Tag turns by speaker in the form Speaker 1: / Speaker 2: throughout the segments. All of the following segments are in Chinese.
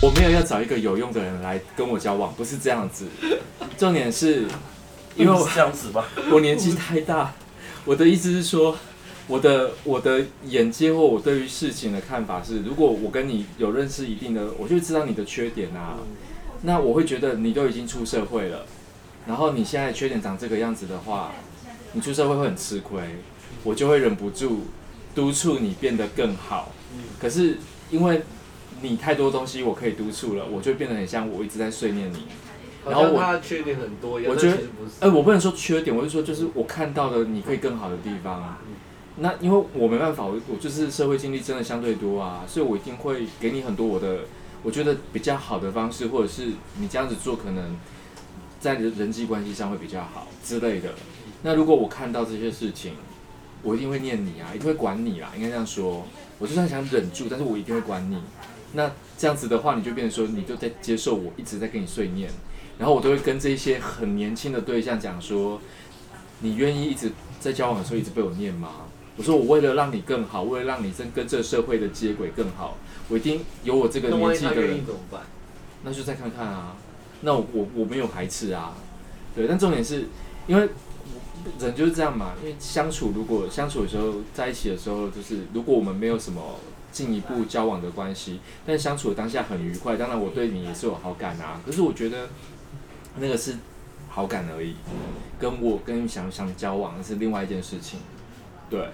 Speaker 1: 我没有要找一个有用的人来跟我交往，不是这样子。重点是，因为
Speaker 2: 不
Speaker 1: 我
Speaker 2: 是这样子吧？
Speaker 1: 我年纪太大，我的意思是说，我的我的眼界或我对于事情的看法是，如果我跟你有认识一定的，我就会知道你的缺点啊。那我会觉得你都已经出社会了，然后你现在缺点长这个样子的话，你出社会会很吃亏，我就会忍不住督促你变得更好。可是因为你太多东西我可以督促了，我就变得很像我一直在碎念你。然后
Speaker 3: 好像
Speaker 1: 我
Speaker 3: 他的缺点很多一样，
Speaker 1: 我
Speaker 3: 但
Speaker 1: 觉得
Speaker 3: 其实不是。
Speaker 1: 哎、我不能说缺点，我是说就是我看到了你可以更好的地方啊。那因为我没办法，我我就是社会经历真的相对多啊，所以我一定会给你很多我的我觉得比较好的方式，或者是你这样子做可能在人人际关系上会比较好之类的。那如果我看到这些事情，我一定会念你啊，一定会管你啦，应该这样说。我就算想忍住，但是我一定会管你。那这样子的话，你就变成说，你就在接受我一直在跟你碎念，然后我都会跟这些很年轻的对象讲说，你愿意一直在交往的时候一直被我念吗？我说我为了让你更好，为了让你跟跟这社会的接轨更好，我一定有我这个
Speaker 3: 那万
Speaker 1: 年
Speaker 3: 一
Speaker 1: 纪
Speaker 3: 他
Speaker 1: 的
Speaker 3: 愿
Speaker 1: 人
Speaker 3: 意怎么办？
Speaker 1: 那就再看看啊。那我我我没有排斥啊，对，但重点是因为人就是这样嘛，因为相处如果相处的时候在一起的时候，就是如果我们没有什么进一步交往的关系，但相处的当下很愉快，当然我对你也是有好感啊，可是我觉得那个是好感而已，跟我跟你想想交往那是另外一件事情，对。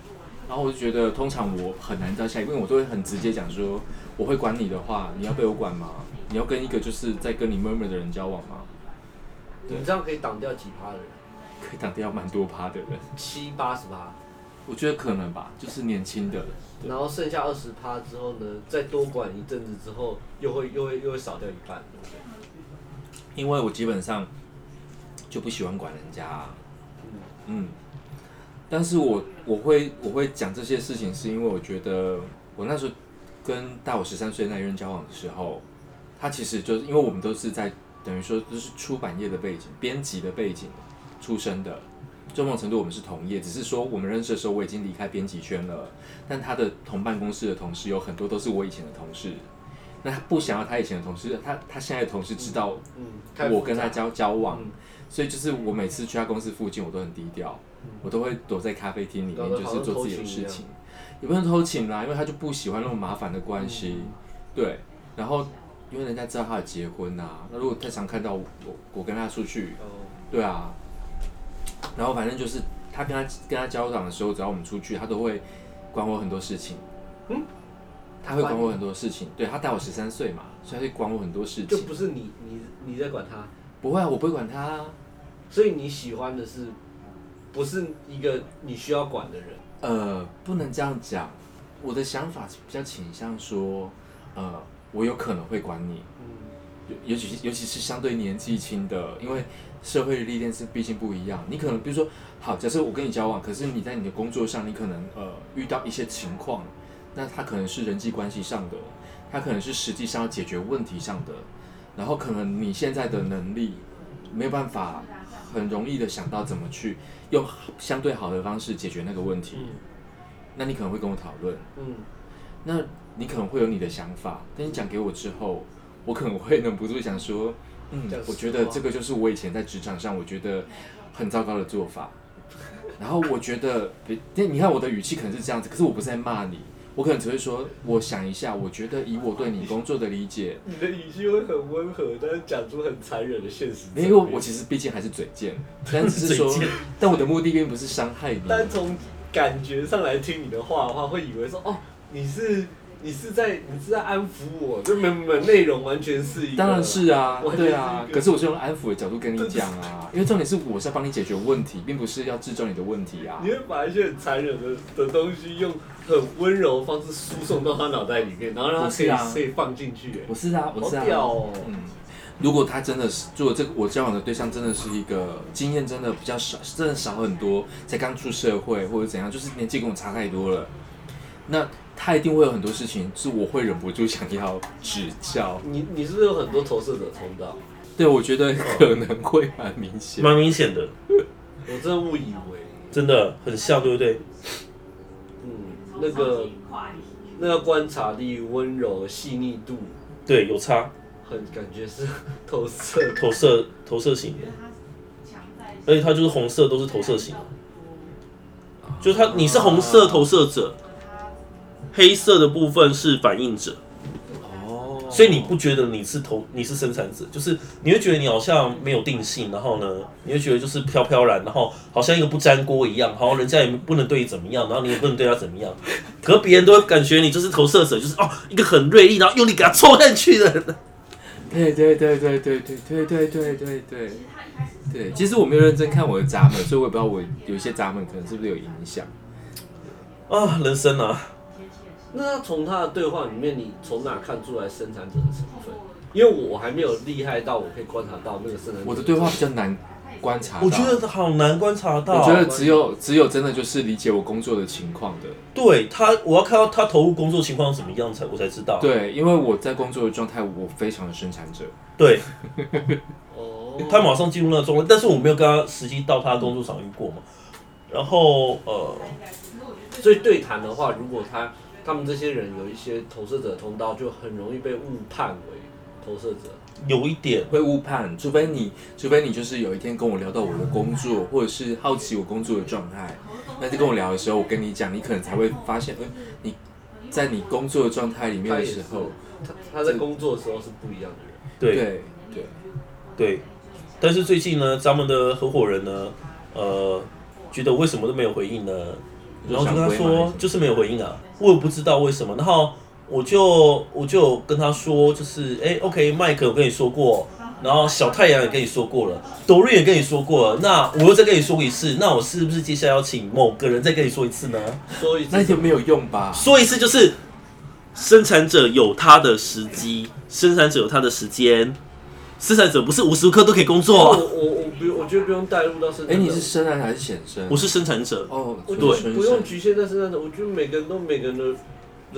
Speaker 1: 然后我就觉得，通常我很难到下一步，因为我都会很直接讲说，我会管你的话，你要被我管吗？你要跟一个就是在跟你 murmur 的人交往吗？对
Speaker 3: 你这样可以挡掉几趴的人？
Speaker 1: 可以挡掉蛮多趴的人，
Speaker 3: 七八十趴，
Speaker 1: 我觉得可能吧，就是年轻的，对
Speaker 3: 然后剩下二十趴之后呢，再多管一阵子之后，又会又会又会少掉一半，对不对？
Speaker 1: 因为我基本上就不喜欢管人家啊、嗯，但是我我会我会讲这些事情，是因为我觉得我那时候跟大我十三岁那一任交往的时候，他其实就是因为我们都是在等于说都是出版业的背景、编辑的背景出身的，就某种程度我们是同业，只是说我们认识的时候我已经离开编辑圈了，但他的同办公室的同事有很多都是我以前的同事。那他不想要他以前的同事，他他现在的同事知道
Speaker 3: 嗯，太复杂
Speaker 1: 我跟他交交往，
Speaker 3: 嗯
Speaker 1: 所以就是我每次去他公司附近，我都很低调，我都会躲在咖啡厅里面，
Speaker 3: 搞得
Speaker 1: 就
Speaker 3: 好
Speaker 1: 是
Speaker 3: 像
Speaker 1: 做
Speaker 3: 嗯偷
Speaker 1: 自己的
Speaker 3: 情一
Speaker 1: 事
Speaker 3: 样
Speaker 1: 情，也不能偷情啦，因为他就不喜欢那种麻烦的关系，
Speaker 3: 嗯
Speaker 1: 对。然后因为人家知道他有结婚呐、啊那如果太常看到我我我跟他出去，
Speaker 3: 哦，
Speaker 1: 对啊，然后反正就是他跟他跟他交往的时候，只要我们出去，他都会管我很多事情。
Speaker 3: 嗯，
Speaker 1: 他会管我很多事情，对他大我十三岁嘛，所以他就管我很多事
Speaker 3: 就
Speaker 1: 情。
Speaker 3: 不是你你你在管他，
Speaker 1: 不会啊，我不会管他、啊。
Speaker 3: 所以你喜欢的是，不是一个你需要管的人？
Speaker 1: 呃，不能这样讲。我的想法是比较倾向说，呃，我有可能会管你，
Speaker 3: 嗯，
Speaker 1: 尤尤其尤其是相对年纪轻的，因为社会历练是毕竟不一样。你可能比如说，好，假设我跟你交往，可是你在你的工作上，你可能呃遇到一些情况，那他可能是人际关系上的，他可能是实际上要解决问题上的，然后可能你现在的能力没有办法很容易的想到怎么去用相对好的方式解决那个问题。
Speaker 3: 嗯
Speaker 1: 那你可能会跟我讨论，
Speaker 3: 嗯，
Speaker 1: 那你可能会有你的想法，但你讲给我之后，我可能会忍不住想说，嗯
Speaker 3: 讲实，
Speaker 1: 我
Speaker 3: 话
Speaker 1: 觉得这个就是我以前在职场上我觉得很糟糕的做法。然后我觉得，别但你看我的语气可能是这样子，可是我不是在骂你，我可能只会说，我想一下，我觉得以我对你工作的理解，
Speaker 3: 你的语气会很温和，但是讲出很残忍的现实。
Speaker 1: 因为我我其实毕竟还是嘴贱，但只是说
Speaker 2: 嘴贱，
Speaker 1: 但我的目的并不是伤害你，
Speaker 3: 但从感觉上来听你的话的话，会以为说哦，你是你是在你是在安抚我，这没没内容完全是一个，
Speaker 1: 当然是啊
Speaker 3: 我，觉得
Speaker 1: 对啊
Speaker 3: 是一，个
Speaker 1: 可是我是用安抚的角度跟你讲啊，因为重点是我是要帮你解决问题，并不是要制造你的问题啊
Speaker 3: 你。会把一些很残忍的的东西用很温柔的方式输送到他脑袋里面，然后
Speaker 1: 不
Speaker 3: 让他可
Speaker 1: 是
Speaker 3: 以、
Speaker 1: 啊
Speaker 3: 可以放进去，欸
Speaker 1: 我是啊，我是啊
Speaker 3: 好。屌哦、
Speaker 1: 嗯，如果他真的是，如果这个我交往的对象真的是一个经验真的比较少，真的少很多，才刚出社会或者怎样，就是年纪跟我差太多了，那他一定会有很多事情是我会忍不住想要指教。
Speaker 3: 你你是不是有很多投射者通道？
Speaker 1: 对，我觉得可能会蛮明显。
Speaker 2: 蛮明显的，
Speaker 3: 我真的误以为，
Speaker 2: 真的很像，对不对？
Speaker 3: 嗯，那个那个观察力、温柔、细腻度，
Speaker 2: 对，有差，
Speaker 3: 很感觉是投射的。
Speaker 2: 投射投射型的，而且它就是红色都是投射型的，就是它你是红色投射者，黑色的部分是反应者，
Speaker 1: 哦，
Speaker 2: 所以你不觉得你是投你是生产者，就是你会觉得你好像没有定性，然后呢，你会觉得就是飘飘然，然后好像一个不粘锅一样，好像人家也不能对你怎么样，然后你也不能对他怎么样，可是别人都会感觉你就是投射者，就是哦一个很锐利，然后用力给他戳下去的人。
Speaker 1: 对对对对对对对对对对对对，其实我没有认真看我的闸门，所以我也不知道我有一些闸门可能是不是有影响。
Speaker 2: 啊，人生啊，
Speaker 3: 那从他的对话里面，你从哪看出来生产者的成分？因为我还没有厉害到我可以观察到那个生产者。
Speaker 1: 我的对话比较难观察到，
Speaker 2: 我觉得好难观察到。
Speaker 1: 我觉得只有只有真的就是理解我工作的情况的，
Speaker 2: 对他，我要看到他投入工作情况是什么样才我才知道。
Speaker 1: 对，因为我在工作的状态，我非常的生产者，
Speaker 2: 对，
Speaker 3: 哦，
Speaker 2: 他马上进入那个状态，但是我没有跟他实际到他的工作场遇过嘛。然后呃，
Speaker 3: 所以对谈的话，如果他他们这些人有一些投射者的通道，就很容易被误判为投射者。
Speaker 2: 有一点
Speaker 1: 会误判，除非你除非你就是有一天跟我聊到我的工作，或者是好奇我工作的状态，那就跟我聊的时候，我跟你讲，你可能才会发现，呃，你在你工作的状态里面
Speaker 3: 他
Speaker 1: 的
Speaker 3: 也是
Speaker 1: 时候，，
Speaker 3: 他他在工作的时候是不一样的人。
Speaker 2: 对
Speaker 1: 对对，
Speaker 2: 对，但是最近呢，咱们的合伙人呢，呃，觉得为什么都没有回应呢？然后就跟他说，就是没有回应啊，我也不知道为什么。然后我就我就跟他说，就是哎，OK，麦克我跟你说过，然后小太阳也跟你说过了，朵瑞也跟你说过了，那我又再跟你说一次，那我是不是接下来要请某个人再跟你说一次呢？
Speaker 3: 所以
Speaker 1: 那就没有用吧？
Speaker 2: 说一次就是，生产者有他的时机，生产者有他的时间，生产者不是无时无刻都可以工
Speaker 3: 我
Speaker 2: 作。啊
Speaker 3: 我我不用我觉得不用带入到生产者。
Speaker 1: 哎，你是生人还是显生？
Speaker 2: 我是生产者，
Speaker 1: 哦，
Speaker 3: 我
Speaker 1: 纯
Speaker 3: 觉
Speaker 1: 生
Speaker 3: 得不用局限在生产者，我觉得每个人都有每个人的人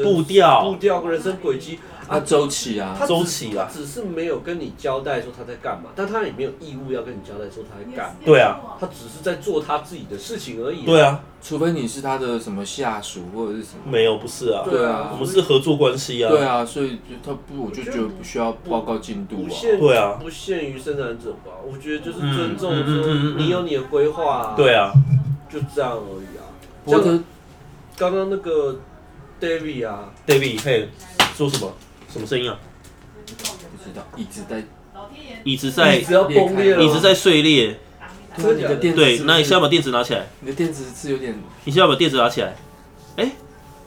Speaker 2: 步调
Speaker 3: 步调跟人生轨迹
Speaker 1: 啊，周期啊
Speaker 3: 他，只
Speaker 2: 周期啊
Speaker 3: 只是没有跟你交代说他在干嘛，但他也没有义务要跟你交代说他在干嘛，
Speaker 2: 对啊，
Speaker 3: 他只是在做他自己的事情而已、
Speaker 2: 对，啊，
Speaker 1: 除非你是他的什么下属或者是什么，
Speaker 2: 没有不是啊，
Speaker 1: 对
Speaker 2: 我
Speaker 1: 啊
Speaker 2: 们是合作关系啊，
Speaker 1: 对啊，所以就他不，我就觉得不需要报告进度
Speaker 3: 不
Speaker 1: 啊。
Speaker 3: 限
Speaker 2: 对啊
Speaker 3: 不限于生产者吧，我觉得就是
Speaker 2: 嗯
Speaker 3: 尊重
Speaker 2: 嗯嗯
Speaker 3: 说
Speaker 2: 嗯嗯
Speaker 3: 你有你的规划、啊，
Speaker 2: 对啊，
Speaker 3: 就这样而已啊。
Speaker 1: 我
Speaker 3: 像
Speaker 1: 的
Speaker 3: 刚刚那个 David 啊，
Speaker 2: ，David，嘿，说什么？什么声音啊？
Speaker 1: 不知道一直在，
Speaker 2: 椅子在，
Speaker 3: 你只要崩裂
Speaker 1: 对
Speaker 3: 了，
Speaker 1: 啊
Speaker 2: 椅子在碎裂。
Speaker 1: 对啊你的电子
Speaker 2: 对
Speaker 1: 是，不是
Speaker 2: 那你现在把垫子拿起来，
Speaker 1: 你的电子是有点，
Speaker 2: 你现在把垫子拿起来。哎，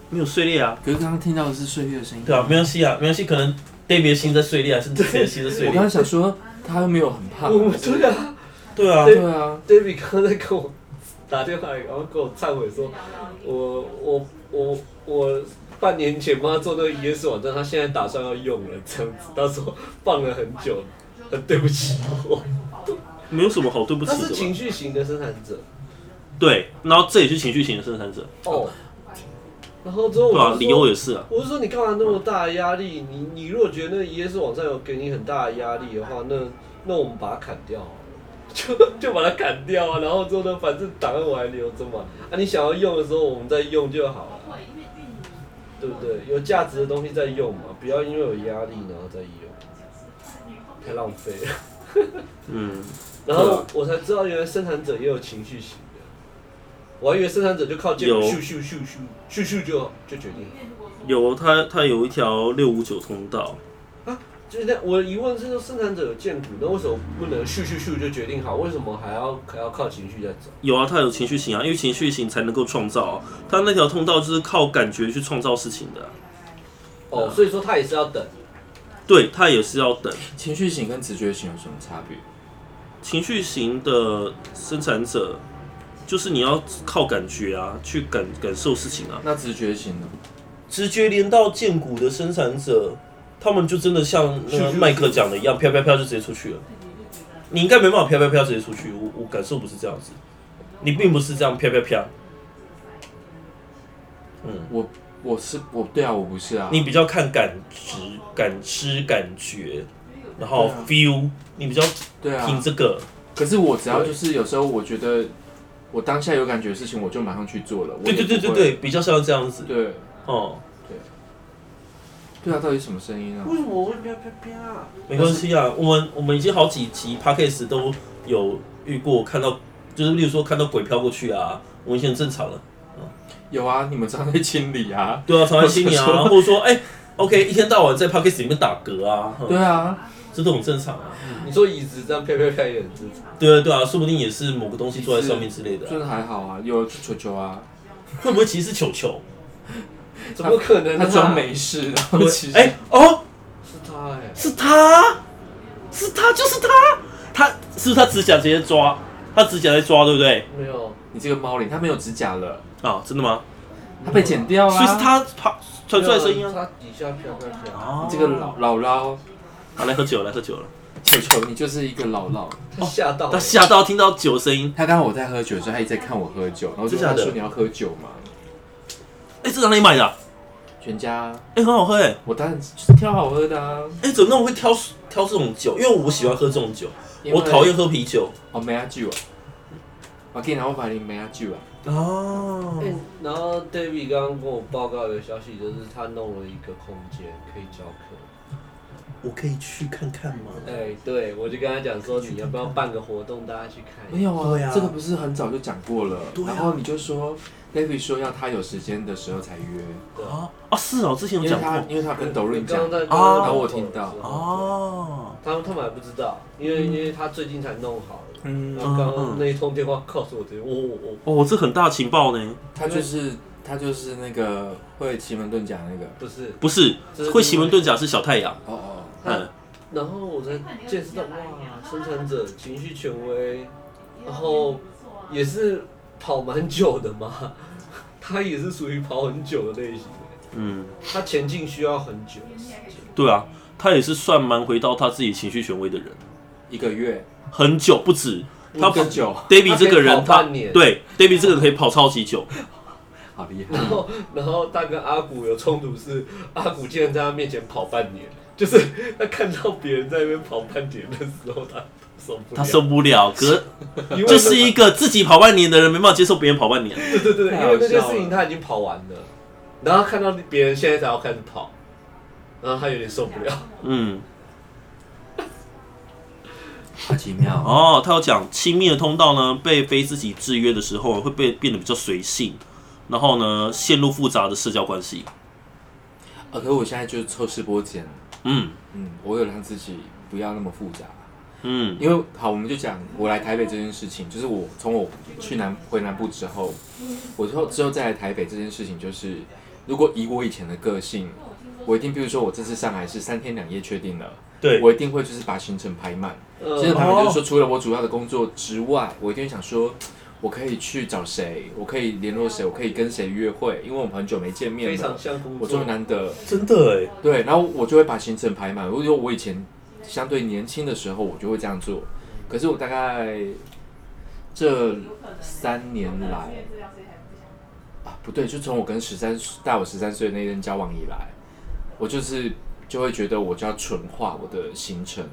Speaker 2: 没有碎裂啊。
Speaker 1: 可是刚刚听到的是碎裂的声音。
Speaker 2: 对啊，没关系啊，没关系，可能 David 的心在碎裂，还是你的心在碎
Speaker 1: 我刚刚
Speaker 2: 裂？
Speaker 1: 想说他又没有很胖，
Speaker 3: 我对啊
Speaker 2: 对啊，
Speaker 1: 对啊，
Speaker 3: ，David 刚刚在跟我打电话，然后跟我忏悔说，我我我我半年前帮他做那个夜市网站，他现在打算要用了，这样子，他说放了很久，
Speaker 2: 嗯呃
Speaker 3: 很对不起我。
Speaker 2: 没有什么好对不起
Speaker 3: 他是
Speaker 2: 的
Speaker 3: 情
Speaker 2: 吧？
Speaker 3: 绪型的生产者
Speaker 2: 对，然后这也是情绪型的生产者，
Speaker 3: 哦，然后之后
Speaker 2: 对
Speaker 3: 我
Speaker 2: 吧？
Speaker 3: 就
Speaker 2: 理
Speaker 3: 说
Speaker 2: 由也是啊，
Speaker 3: 我是说，你干嘛那么大的压力？你你如果觉得那个 ES 网站有给你很大的压力的话，那那我们把它砍掉好了， 就就把它砍掉啊。然后之后呢，反正档案我还留着嘛，啊，你想要用的时候我们再用就好了，对不对？有价值的东西再用嘛，不要因为有压力然后再用，太
Speaker 2: 啊
Speaker 3: 浪费了。
Speaker 2: 嗯，
Speaker 3: 然后我才知道，原来生产者也有情绪型的，我还以为生产者就靠键盘
Speaker 2: 有
Speaker 3: 咻咻咻咻咻咻就就决定了。
Speaker 2: 有啊他他有一条六五九通道，
Speaker 3: 就是那我的疑问是，说生产者有建骨，那为什么不能咻咻咻就决定好？为什么还要还要靠情绪在走？
Speaker 2: 有啊，他有情绪型啊，因为情绪型才能够创造、啊，他那条通道就是靠感觉去创造事情的啊、
Speaker 3: 哦，
Speaker 2: 啊
Speaker 3: 所以说他也是要等。
Speaker 2: 对他也是要等
Speaker 1: 情绪型跟直觉型有什么差别？
Speaker 2: 情绪型的生产者，就是你要靠感觉啊，去感感受事情啊，
Speaker 1: 那直觉型呢？
Speaker 2: 直觉连到剑骨的生产者，他们就真的像那个麦克讲的一样，飘飘飘就直接出去了。你应该没办法飘飘飘直接出去，我我感受不是这样子，你并不是这样飘飘飘，
Speaker 1: 我我是我对啊，我不是啊。
Speaker 2: 你比较看感知、感知、感觉，然后
Speaker 1: 对啊
Speaker 2: feel，你比较
Speaker 1: 对啊，
Speaker 2: 凭这个。
Speaker 1: 可是我只要就是有时候我觉得我当下有感觉的事情，我就马上去做了。我
Speaker 2: 对
Speaker 1: 也
Speaker 2: 对对对
Speaker 1: 不会
Speaker 2: 哦对，比较像这样子。
Speaker 1: 对，
Speaker 2: 哦
Speaker 1: 对，对啊，到底什么声音啊？
Speaker 3: 为什么我会啪啪啪啊？
Speaker 2: 没关系啊，我们我们已经好几集 podcast 都有遇过，看到就是例如说看到鬼飘过去啊，我们现在正常了。
Speaker 1: 有啊，你们常在清理 啊。
Speaker 2: 对啊，藏在心里啊，
Speaker 1: 我想说
Speaker 2: 或者说哎、o k 一天到晚在 podcast 里面打嗝啊，哼
Speaker 1: 对啊，
Speaker 2: 这都很正常啊。
Speaker 3: 你说椅子这样啪啪啪也很正常。
Speaker 2: 对啊对啊，说不定也是某个东西坐在上面之类的啊、
Speaker 1: 就是还好啊，有球球啊，
Speaker 2: 会不会其实是球 球？
Speaker 3: 怎么可能、啊？
Speaker 1: 他装没 事，然后其实
Speaker 2: 哎、哦，
Speaker 3: 是他哎、
Speaker 2: 是他，是他，就是他，他是不是他指甲直接抓？他指甲在抓，对不对？
Speaker 3: 没有，
Speaker 1: 你这个猫灵，它没有指甲了，
Speaker 2: 啊，真的吗？
Speaker 1: 它被剪掉啊。
Speaker 2: 所以是他啪传出来的声音啊。
Speaker 3: 他底下啪啪啪。
Speaker 2: 啊
Speaker 1: 你这个老姥姥，
Speaker 2: 好来喝酒，来喝酒了。
Speaker 1: 球球，你就是一个姥姥。
Speaker 3: 他吓到了，
Speaker 2: 他吓到听到酒声音，
Speaker 1: 他刚刚我在喝酒的时候，他一直在看我喝酒，然后就
Speaker 2: 真假
Speaker 1: 他
Speaker 2: 的
Speaker 1: 说你要喝酒吗？
Speaker 2: 哎、这哪里买的啊、
Speaker 1: 全家，
Speaker 2: 哎、很好喝哎、
Speaker 1: 我当然就是挑好喝的啊。
Speaker 2: 哎、怎么那么会挑挑这种酒？因为我喜欢喝这种酒，
Speaker 1: 因为
Speaker 2: 我讨厌喝啤酒。
Speaker 1: 哦，梅亚酒啊，我给你拿我把你梅亚酒啊。
Speaker 2: 哦
Speaker 3: 哎然后 David 刚刚跟我报告一个消息，就是他弄了一个空间可以教课。
Speaker 2: 我可以去看看吗？
Speaker 3: 哎，对，我就跟他讲说，你要不要办个活动，大家去看
Speaker 1: 没
Speaker 3: 一下？
Speaker 1: 有
Speaker 2: 对
Speaker 1: 啊，
Speaker 2: 啊
Speaker 1: 这个不是很早就讲过了，
Speaker 2: 对啊
Speaker 1: 然后你就说 David 说要他有时间的时候才约，
Speaker 3: 对
Speaker 2: 啊啊，是哦，之前
Speaker 1: 因
Speaker 2: 有
Speaker 1: 为
Speaker 2: 讲
Speaker 1: 他
Speaker 2: 过。
Speaker 1: 因为他跟 d o r
Speaker 3: 你
Speaker 1: n
Speaker 3: 刚
Speaker 1: 讲
Speaker 3: 刚，在
Speaker 2: 哦
Speaker 1: 然后我听到
Speaker 3: 哦，
Speaker 2: 哦，
Speaker 3: 他们他们还不知道，因为因为他最近才弄好了。
Speaker 1: 嗯
Speaker 3: 然后刚刚那一通电话告诉我这嗯些，我我我
Speaker 2: 哦，这很大情报呢。
Speaker 1: 他就是他就是那个会奇门遁甲那个，
Speaker 3: 不是。
Speaker 2: 不是
Speaker 3: 这是
Speaker 2: 会奇门遁甲是小太阳，
Speaker 1: 哦哦，
Speaker 2: 嗯，
Speaker 3: 然后我才见识到，哇，生产者情绪权威，然后也是跑蛮久的嘛， 他也是属于跑很久的类型的，
Speaker 2: 嗯，
Speaker 3: 他前进需要很久的时间。
Speaker 2: 对啊，他也是算蛮回到他自己情绪权威的人，
Speaker 1: 一个月
Speaker 2: 很久不止。他
Speaker 1: 更久，
Speaker 2: David 这个人，
Speaker 3: 他可以跑
Speaker 2: 他
Speaker 3: 半年
Speaker 2: 对 David 这个人可以跑超级久，
Speaker 1: 好厉害
Speaker 3: 然，后，然后他跟阿古有冲突是，阿古竟然在他面前跑半年，就是他看到别人在那边跑半年的时候，他受不了，
Speaker 2: 他受不 了，
Speaker 3: 啊
Speaker 2: 可
Speaker 3: 因为
Speaker 2: 这是一个自己跑半年的人没办法接受别人跑半年。
Speaker 3: 对对对，
Speaker 1: 太
Speaker 3: 因
Speaker 1: 好
Speaker 3: 为那件
Speaker 1: 笑
Speaker 3: 事情
Speaker 1: 了
Speaker 3: 他已经跑完了，然后看到别人现在才要开始跑，然后他有点受不了。
Speaker 2: 嗯，
Speaker 1: 好奇妙，啊
Speaker 2: 哦，他有讲亲密的通道呢，被非自己制约的时候会被变得比较随性，然后呢陷入复杂的社交关系。
Speaker 1: 呃，可是我现在就是抽丝剥茧，
Speaker 2: 嗯
Speaker 1: 嗯，我有让自己不要那么复杂。
Speaker 2: 嗯
Speaker 1: 因为好，我们就讲我来台北这件事情，就是我从我去南回南部之后，我之后之后再来台北这件事情，就是如果以我以前的个性，我一定，比如说我这次上海是三天两夜确定了，
Speaker 2: 对
Speaker 1: 我一定会就是把行程排满，
Speaker 3: 呃
Speaker 1: 行程排
Speaker 2: 哦
Speaker 1: 满就是说除了我主要的工作之外，我一定会想说。我可以去找谁？我可以联络谁？我可以跟谁约会？因为我们很久没见面
Speaker 3: 非常
Speaker 1: 了，
Speaker 3: 像工
Speaker 1: 我
Speaker 3: 作
Speaker 1: 终于，难得
Speaker 2: 真的哎，
Speaker 1: 对，然后我就会把行程排满。如果我以前相对年轻的时候，我就会这样做。可是我大概这三年来啊，不对，就从我跟十三大我十三岁的那任交往以来，我就是就会觉得我就要纯化我的行程，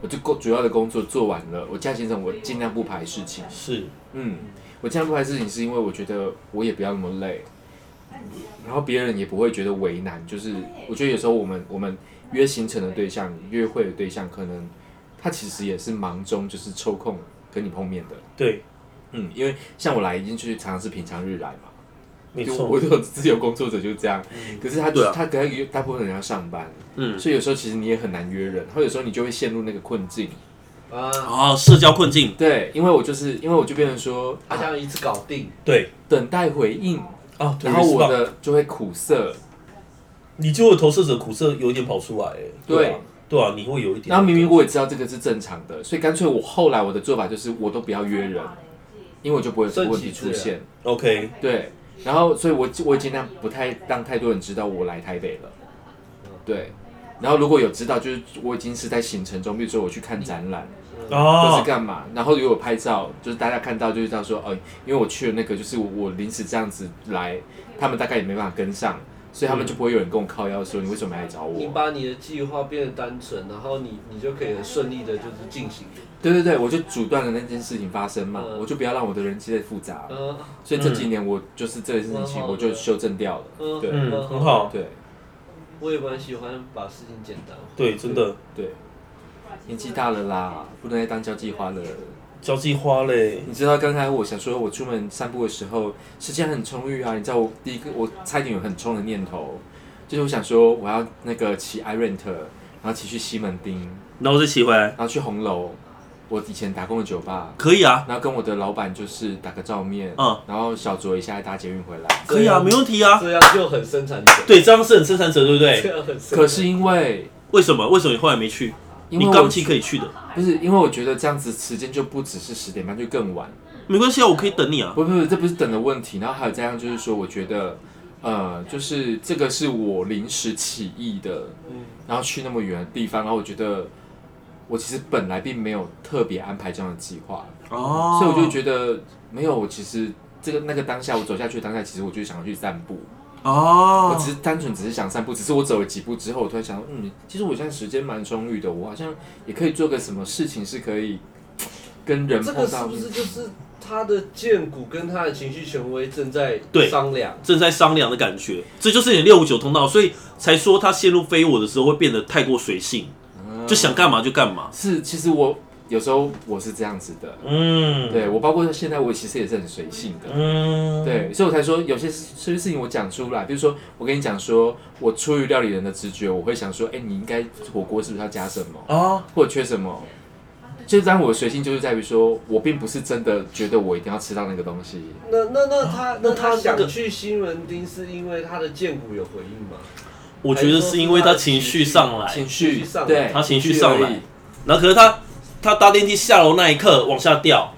Speaker 1: 我就工主要的工作做完了，我假行程我尽量不排事情。
Speaker 2: 是
Speaker 1: 嗯，我尽量不排事情是因为我觉得我也不要那么累，然后别人也不会觉得为难。就是我觉得有时候我们我们约行程的对象、约会的对象，可能他其实也是忙中就是抽空跟你碰面的。
Speaker 2: 对，
Speaker 1: 嗯，因为像我来已经去常常是平常日来嘛，
Speaker 2: 没
Speaker 1: 就
Speaker 2: 错
Speaker 1: 我，这种自由工作者就是这样。可是他、
Speaker 2: 对啊
Speaker 1: 他可能大部分人要上班，
Speaker 2: 嗯
Speaker 1: 所以有时候其实你也很难约人，或者说你就会陷入那个困境。
Speaker 3: 啊，
Speaker 2: 啊，社交困境，
Speaker 1: 对，因为我就是因为我就变成说，
Speaker 3: 他
Speaker 1: 啊、
Speaker 3: 想要一次搞定，
Speaker 2: 对
Speaker 1: 等待回应。
Speaker 2: 啊，
Speaker 1: 然后我
Speaker 2: respond
Speaker 1: 的就会苦涩，
Speaker 2: 你就有投射者苦涩有一点跑出来，哎
Speaker 1: 对
Speaker 2: 啊对啊，你会有一点。
Speaker 1: 然后明明我也知道这个是正常的，所以干脆我后来我的做法就是我都不要约 人，因为我就不会有这个问题出现。
Speaker 2: OK，
Speaker 1: 对，然后所以我我也尽量不太让太多人知道我来台北了，对。然后如果有知道，就是我已经是在行程中，比如说我去看展览，或是
Speaker 2: 哦，
Speaker 1: 干嘛，然后如果拍照，就是大家看到就知道说，哦，因为我去了那个，就是我我临时这样子来，他们大概也没办法跟上，所以他们就不会有人跟我靠腰说你为什么来找我。
Speaker 3: 你把你的计划变得单纯，然后你你就可以很顺利的就是进行。
Speaker 1: 对对对，我就阻断了那件事情发生嘛，
Speaker 3: 嗯
Speaker 1: 我就不要让我的人际太复杂。
Speaker 3: 嗯
Speaker 1: 所以这几年我就是这件事情，
Speaker 3: 嗯
Speaker 1: 我就修正掉了。
Speaker 3: 嗯
Speaker 1: 对
Speaker 2: 嗯，很好，
Speaker 1: 对，
Speaker 3: 我也蛮喜欢把事情简单化。
Speaker 2: 对，真的
Speaker 1: 对，年纪大了啦，不能再当交际花了。
Speaker 2: 交际花嘞，
Speaker 1: 你知道刚才我想说，我出门散步的时候，时间很充裕啊。你知道我第一个，我差一点有很冲的念头，就是我想说我要那个骑 iRent，然后骑去西门町，
Speaker 2: 然后再骑回来，
Speaker 1: 然后去红楼，我以前打工的酒吧，
Speaker 2: 可以啊，
Speaker 1: 然后跟我的老板就是打个照面，
Speaker 2: 嗯，
Speaker 1: 然后小酌一下，搭捷运回来。
Speaker 2: 可以啊，没问题啊。
Speaker 3: 这样就很生产者，
Speaker 2: 对，这样是很生产者，对不
Speaker 3: 这
Speaker 2: 对？
Speaker 3: 样很生
Speaker 1: 可
Speaker 3: 产
Speaker 1: 是因为
Speaker 2: 为什么？为什么你后来没去？
Speaker 1: 因为
Speaker 2: 你
Speaker 1: 我
Speaker 2: 刚骑可以去的，
Speaker 1: 不是因为我觉得这样子时间就不只是十点半，就更晚。
Speaker 2: 没关系啊，我可以等你啊。
Speaker 1: 不不不，这不是等的问题。然后还有这样就是说，我觉得，呃，就是这个是我临时起意的，
Speaker 3: 嗯
Speaker 1: 然后去那么远的地方，然后我觉得我其实本来并没有特别安排这样的计划，
Speaker 2: 哦
Speaker 1: 所以我就觉得没有。我其实这个那个当下，我走下去的当下，其实我就想要去散步，我
Speaker 2: 哦
Speaker 1: 只是单纯只是想散步。只是我走了几步之后，我突然想到，嗯，其实我现在时间蛮充裕的，我好像也可以做个什么事情是可以跟人
Speaker 3: 这
Speaker 1: 碰
Speaker 3: 个是
Speaker 1: 到
Speaker 3: 不
Speaker 1: 面。
Speaker 3: 是就是他的剑骨跟他的情绪权威正在
Speaker 2: 对
Speaker 3: 商量？
Speaker 2: 正在商量的感觉，这就是你的六五九通道，所以才说他陷入非我的时候会变得太过随性，就想干嘛就干嘛。
Speaker 1: 嗯是，其实我有时候我是这样子的，
Speaker 2: 嗯，
Speaker 1: 对我包括现在我其实也是很随性的，
Speaker 2: 嗯，
Speaker 1: 对，所以我才说有些事事情我讲出来，比如说我跟你讲说，我出于料理人的直觉，我会想说，哎、你应该火锅是不是要加什么，
Speaker 2: 啊，
Speaker 1: 或者缺什么。就是当我的随性就是在于说，我并不是真的觉得我一定要吃到那个东西，
Speaker 3: 那那那他那
Speaker 2: 啊那他
Speaker 3: 他
Speaker 2: 这个
Speaker 3: 想去西门町是因为他的剑骨有回应吗？
Speaker 2: 我觉得是因为他情绪上来，
Speaker 1: 情绪
Speaker 3: 情绪上来
Speaker 1: 对，
Speaker 2: 他情绪上来
Speaker 1: 而已
Speaker 2: 然后可是他他搭电梯下楼那一刻往下掉，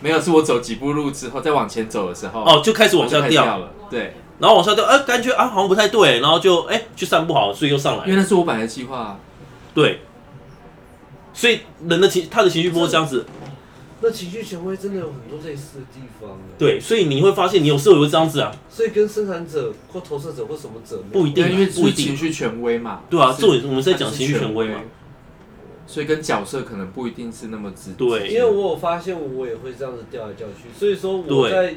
Speaker 1: 没有，是我走几步路之后再往前走的时候，
Speaker 2: 哦，就开始往
Speaker 1: 就
Speaker 2: 下
Speaker 1: 开始
Speaker 2: 掉，
Speaker 1: 掉了，对，
Speaker 2: 然后往下掉，哎、感觉啊好像不太对，然后就哎、去散步好了，所以又上来
Speaker 1: 因为
Speaker 2: 了，
Speaker 1: 那是我本来的计划，啊
Speaker 2: 对，所以人的情他的情绪波这样子，
Speaker 3: 那情绪权威真的有很多类似的地方耶，
Speaker 2: 对，所以你会发现你有时候也会这样子啊，
Speaker 3: 所以跟生产者或投射者或什么者没有
Speaker 2: 不一定啊
Speaker 1: 因为
Speaker 2: 不
Speaker 1: 是
Speaker 2: 一定
Speaker 1: 情绪权威嘛，
Speaker 2: 对啊，
Speaker 1: 是
Speaker 2: 重点是我们是在讲情绪权威嘛，，
Speaker 1: 所以跟角色可能不一定是那么直接。
Speaker 2: 对
Speaker 3: 因为我有发现我也会这样子调来调去，所以说我
Speaker 2: 对
Speaker 3: 在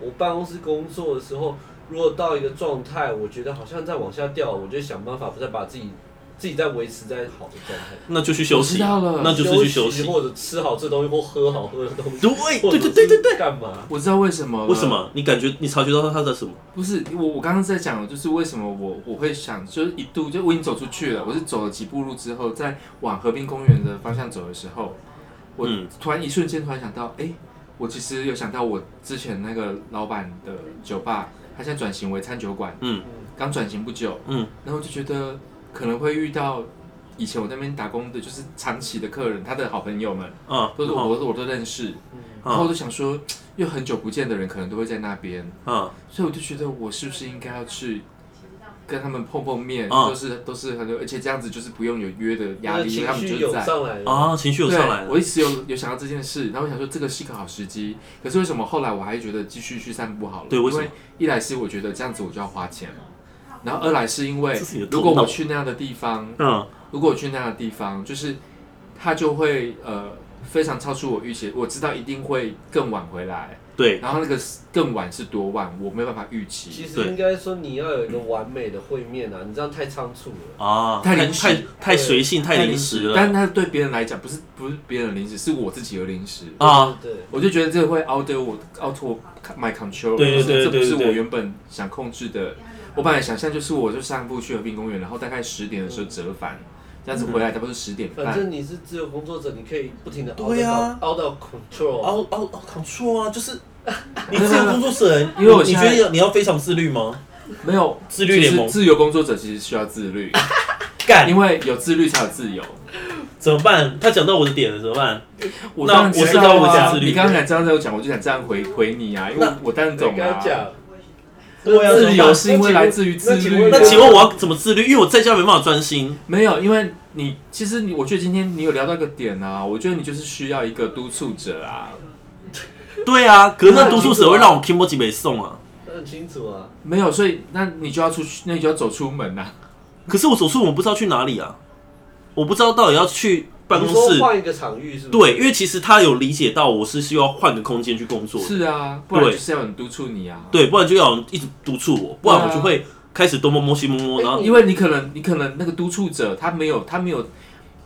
Speaker 3: 我办公室工作的时候，如果到一个状态，我觉得好像在往下掉，我就想办法不再把自己自己再维持在好的状态，
Speaker 2: 那就去休
Speaker 1: 我
Speaker 2: 息，
Speaker 1: 知道了
Speaker 2: 那就是去休息
Speaker 3: 息，或者吃好这东西或喝好喝的东西，
Speaker 2: 对
Speaker 3: 或者
Speaker 2: 对对对对对，
Speaker 3: 是干嘛？
Speaker 1: 我知道为什么了
Speaker 2: 为什？么？你感觉你察觉到他的什么？
Speaker 1: 不是我，我刚刚在讲，就是为什么我我会想，就是一度就我已经走出去了，我是走了几步路之后，在往河滨公园的方向走的时候，我
Speaker 2: 嗯
Speaker 1: 突然一瞬间突然想到，哎、我其实有想到我之前那个老板的酒吧，他现在转型为餐酒馆，
Speaker 2: 嗯
Speaker 1: 刚转型不久，
Speaker 2: 嗯，
Speaker 1: 然后就觉得可能会遇到以前我那边打工的，就是长期的客人，他的好朋友们，
Speaker 2: 啊，
Speaker 1: 都是
Speaker 2: 好
Speaker 1: 我我都认识，
Speaker 3: 嗯
Speaker 1: 然后
Speaker 2: 啊
Speaker 1: 我就想说，又很久不见的人可能都会在那边，
Speaker 2: 啊，
Speaker 1: 所以我就觉得我是不是应该要去跟他们碰碰面，
Speaker 2: 啊
Speaker 1: 都是都是很多，而且这样子就是不用有约的压
Speaker 3: 那个
Speaker 1: 力，因为
Speaker 3: 呃情
Speaker 1: 他们
Speaker 3: 绪
Speaker 1: 就
Speaker 3: 有
Speaker 1: 在。
Speaker 3: 上来了，
Speaker 2: 啊，情绪有
Speaker 1: 对
Speaker 2: 上来了
Speaker 1: 我一直有有想到这件事，然后我想说这个是一个好时机，可是为什么后来我还觉得继续去散步好了？
Speaker 2: 对为什
Speaker 1: 因为
Speaker 2: 么
Speaker 1: 一来是我觉得这样子我就要花钱，然后二来是因为
Speaker 2: 这是你的头
Speaker 1: 如果
Speaker 2: 脑
Speaker 1: 我去那样的地方，
Speaker 2: 嗯，
Speaker 1: 如果我去那样的地方，就是他就会呃非常超出我预期，我知道一定会更晚回来，
Speaker 2: 对，
Speaker 1: 然后那个更晚是多晚，我没有办法预期。
Speaker 3: 其实
Speaker 2: 对
Speaker 3: 应该说你要有一个完美的会面啊，你这样太仓促了。
Speaker 2: 啊，
Speaker 1: 太
Speaker 2: 太
Speaker 1: 临时
Speaker 2: 太太随性，太临时了
Speaker 1: 但他对别人来讲不是不是别人的零食，是我自己的零食。
Speaker 2: 啊，
Speaker 3: 对，
Speaker 1: 我就觉得这个会 out o 我 out o my control，
Speaker 2: 对对
Speaker 1: 这
Speaker 2: 对
Speaker 1: 不
Speaker 2: 对
Speaker 1: 是
Speaker 2: 对对
Speaker 1: 我原本想控制的。我本来想象就是我就散步去河滨公园，然后大概十点的时候折返，这样子
Speaker 2: 嗯
Speaker 1: 回来差不多是十点
Speaker 3: 反
Speaker 1: 半。
Speaker 3: 正你是自由工作者，你可以不停的熬
Speaker 2: 对
Speaker 3: 到、
Speaker 2: 啊
Speaker 3: 熬到 control，
Speaker 2: 熬熬熬 control 啊，就是你自由工作者，
Speaker 1: 因为我
Speaker 2: 你
Speaker 1: 现
Speaker 2: 觉
Speaker 1: 在
Speaker 2: 得你要非常自律吗？
Speaker 1: 没有
Speaker 2: 自律联盟
Speaker 1: 其实自由工作者其实需要自 律，
Speaker 2: 干，
Speaker 1: 因为有自律才有自由。
Speaker 2: 怎么办？他讲到我的点了，怎么办？
Speaker 1: 我
Speaker 2: 那
Speaker 1: 当然
Speaker 2: 我
Speaker 1: 知
Speaker 2: 知道
Speaker 1: 道
Speaker 2: 我
Speaker 1: 啊，
Speaker 2: 自律
Speaker 1: 你刚刚敢这样对我讲，我就想这样回回你啊，因为
Speaker 2: 那
Speaker 1: 我当然
Speaker 3: 对
Speaker 1: 懂
Speaker 3: 跟
Speaker 1: 啊
Speaker 3: 他。讲，
Speaker 2: 对啊
Speaker 3: 那
Speaker 2: 怎么办
Speaker 1: 自由是因为来自于自律啊。
Speaker 2: 那请问我要怎么自律？因为我在家没办法专心。
Speaker 1: 没有，因为你其实你，我觉得今天你有聊到一个点啊，我觉得你就是需要一个督促者啊。
Speaker 2: 对啊，可是那读书者会让我 Kimoji 北送啊。
Speaker 3: 很清楚啊。
Speaker 1: 没有，所以那你就要出去，那你就要走出门啊。
Speaker 2: 可是我手术我不知道去哪里啊，我不知道到底要去办公
Speaker 3: 你说
Speaker 2: 室。
Speaker 3: 换一个场域是不是？
Speaker 2: 对，因为其实他有理解到我是需要换个空间去工作的，
Speaker 1: 是啊，不然
Speaker 2: 对
Speaker 1: 就是要有人督促你啊。啊
Speaker 2: 对，不然就要有人一直督促我，不然我就会开始东摸摸西摸摸，然后
Speaker 1: 因为你可能你可能那个督促者他没有他没有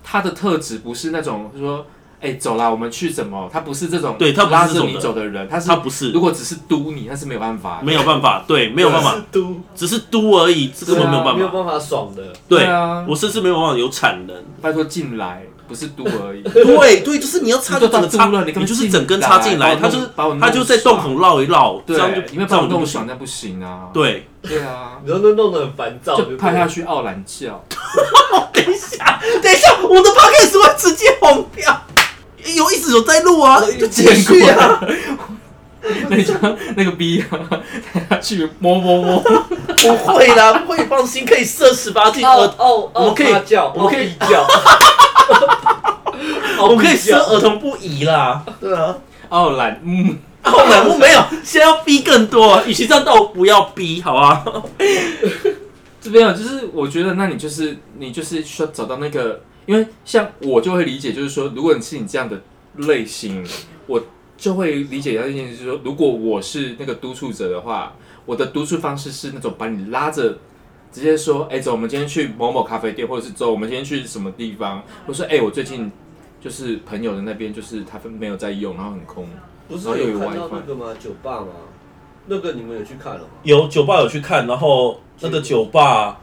Speaker 1: 他的特质不是那种说哎、走啦我们去怎么，他不是这种
Speaker 2: 对他不是
Speaker 1: 拉
Speaker 2: 这
Speaker 1: 着
Speaker 2: 种
Speaker 1: 你
Speaker 2: 的
Speaker 1: 走的人，他是
Speaker 2: 他不是
Speaker 1: 如果只是督你，那是没有办法的，
Speaker 2: 没有办法，对，没有办法，
Speaker 3: 都
Speaker 2: 只是嘟而已，这根本没有办
Speaker 1: 啊
Speaker 3: 没有
Speaker 2: 法。
Speaker 3: 办法爽的，
Speaker 1: 对
Speaker 2: 对
Speaker 1: 啊
Speaker 2: 我甚至没有办法有产能。
Speaker 1: 拜托进来不是督而 已，
Speaker 2: 对对，就是你要插
Speaker 1: 你就
Speaker 2: 就整个
Speaker 1: 到
Speaker 2: 插，
Speaker 1: 嘟了你
Speaker 2: 你
Speaker 1: 干嘛
Speaker 2: 就是
Speaker 1: 进
Speaker 2: 整根插进来，
Speaker 1: 来把
Speaker 2: 他
Speaker 1: 我
Speaker 2: 就
Speaker 1: 弄
Speaker 2: 是
Speaker 1: 把我弄
Speaker 2: 他就在洞孔绕一绕，这样就
Speaker 1: 对，因为
Speaker 2: 这
Speaker 1: 把我
Speaker 2: 样就
Speaker 1: 弄
Speaker 2: 不
Speaker 1: 爽
Speaker 2: 行。
Speaker 1: 那不行啊，
Speaker 2: 对，
Speaker 1: 对啊，
Speaker 3: 你说那弄得很烦躁，
Speaker 1: 就拍
Speaker 3: 对
Speaker 1: 下
Speaker 3: 了
Speaker 1: 去傲懒叫，
Speaker 2: 等一下，等一下，我的 podcast 会直接红掉，有一直有在录啊，就继续啊，
Speaker 1: 那你就那个逼 啊，拍下去摸摸摸，
Speaker 2: 不会啦，不会，放心，可以设十八禁，
Speaker 3: 哦
Speaker 2: 儿，
Speaker 3: 哦
Speaker 2: 我
Speaker 3: 哦，
Speaker 2: 们可以
Speaker 3: 发叫，
Speaker 2: 我们可以
Speaker 3: 哦一叫，
Speaker 2: 我们可以
Speaker 3: 叫
Speaker 2: 设儿童不宜啦，对啊。
Speaker 1: 傲懒，嗯，
Speaker 2: 后来我没有，现在要逼更多，啊与其这样，倒不要逼，好吧？
Speaker 1: 这边啊，就是我觉得，那你就是你就是需要找到那个，因为像我就会理解，就是说，如果你是你这样的类型，我就会理解到一件事，就是说，如果我是那个督促者的话，我的督促方式是那种把你拉着。直接说，哎、走，我们今天去某某咖啡店，或者是走，我们今天去什么地方？我说，哎、我最近就是朋友的那边，就是他没有在用，然后很空。
Speaker 3: 不是
Speaker 2: 啊
Speaker 1: 然后又有
Speaker 3: 有看到
Speaker 1: WiFi
Speaker 3: 那个吗？酒吧吗？那个你们有去看了吗？
Speaker 2: 有酒吧有去看，然后那个酒吧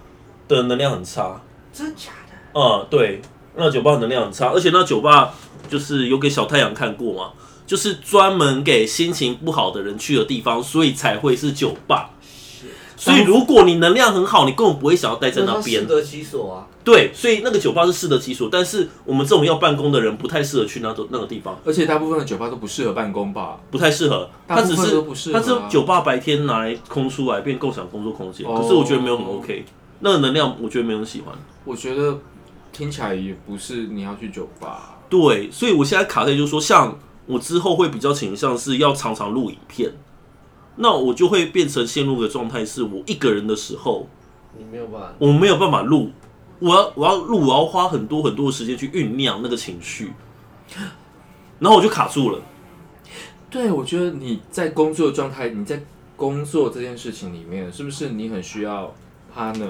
Speaker 2: 的能量很差，
Speaker 3: 真假的？
Speaker 2: 嗯，对，那酒吧能量很差，而且那酒吧就是有给小太阳看过嘛，就是专门给心情不好的人去的地方，所以才会是酒吧。所以如果你能量很好，你根本不会想要待在那
Speaker 3: 他适
Speaker 2: 边。
Speaker 3: 得其所啊。
Speaker 2: 对，所以那个酒吧是适得其所，但是我们这种要办公的人不太适合去那种那个地方，
Speaker 1: 而且大部分的酒吧都不适合办公吧？
Speaker 2: 不太适合。
Speaker 1: 大
Speaker 2: 它
Speaker 1: 部
Speaker 2: 只
Speaker 1: 分都
Speaker 2: 是
Speaker 1: 不适合
Speaker 2: 它
Speaker 1: 啊
Speaker 2: 只有酒吧白天拿来空出来变共享工作空间，
Speaker 1: 哦
Speaker 2: 可是我觉得没有很 OK。那个能量我觉得没有人喜欢。
Speaker 1: 我觉得听起来也不是你要去酒吧，
Speaker 2: 对，所以我现在卡在就是说，像我之后会比较倾向是要常常录影片，那我就会变成陷入个状态，是我一个人的时候，
Speaker 3: 你没有办法，
Speaker 2: 我没有办法录，我要我要录，我要花很多很多的时间去酝酿那个情绪，然后我就卡住了。
Speaker 1: 对，我觉得你在工作状态，你在工作这件事情里面，是不是你很需要 partner？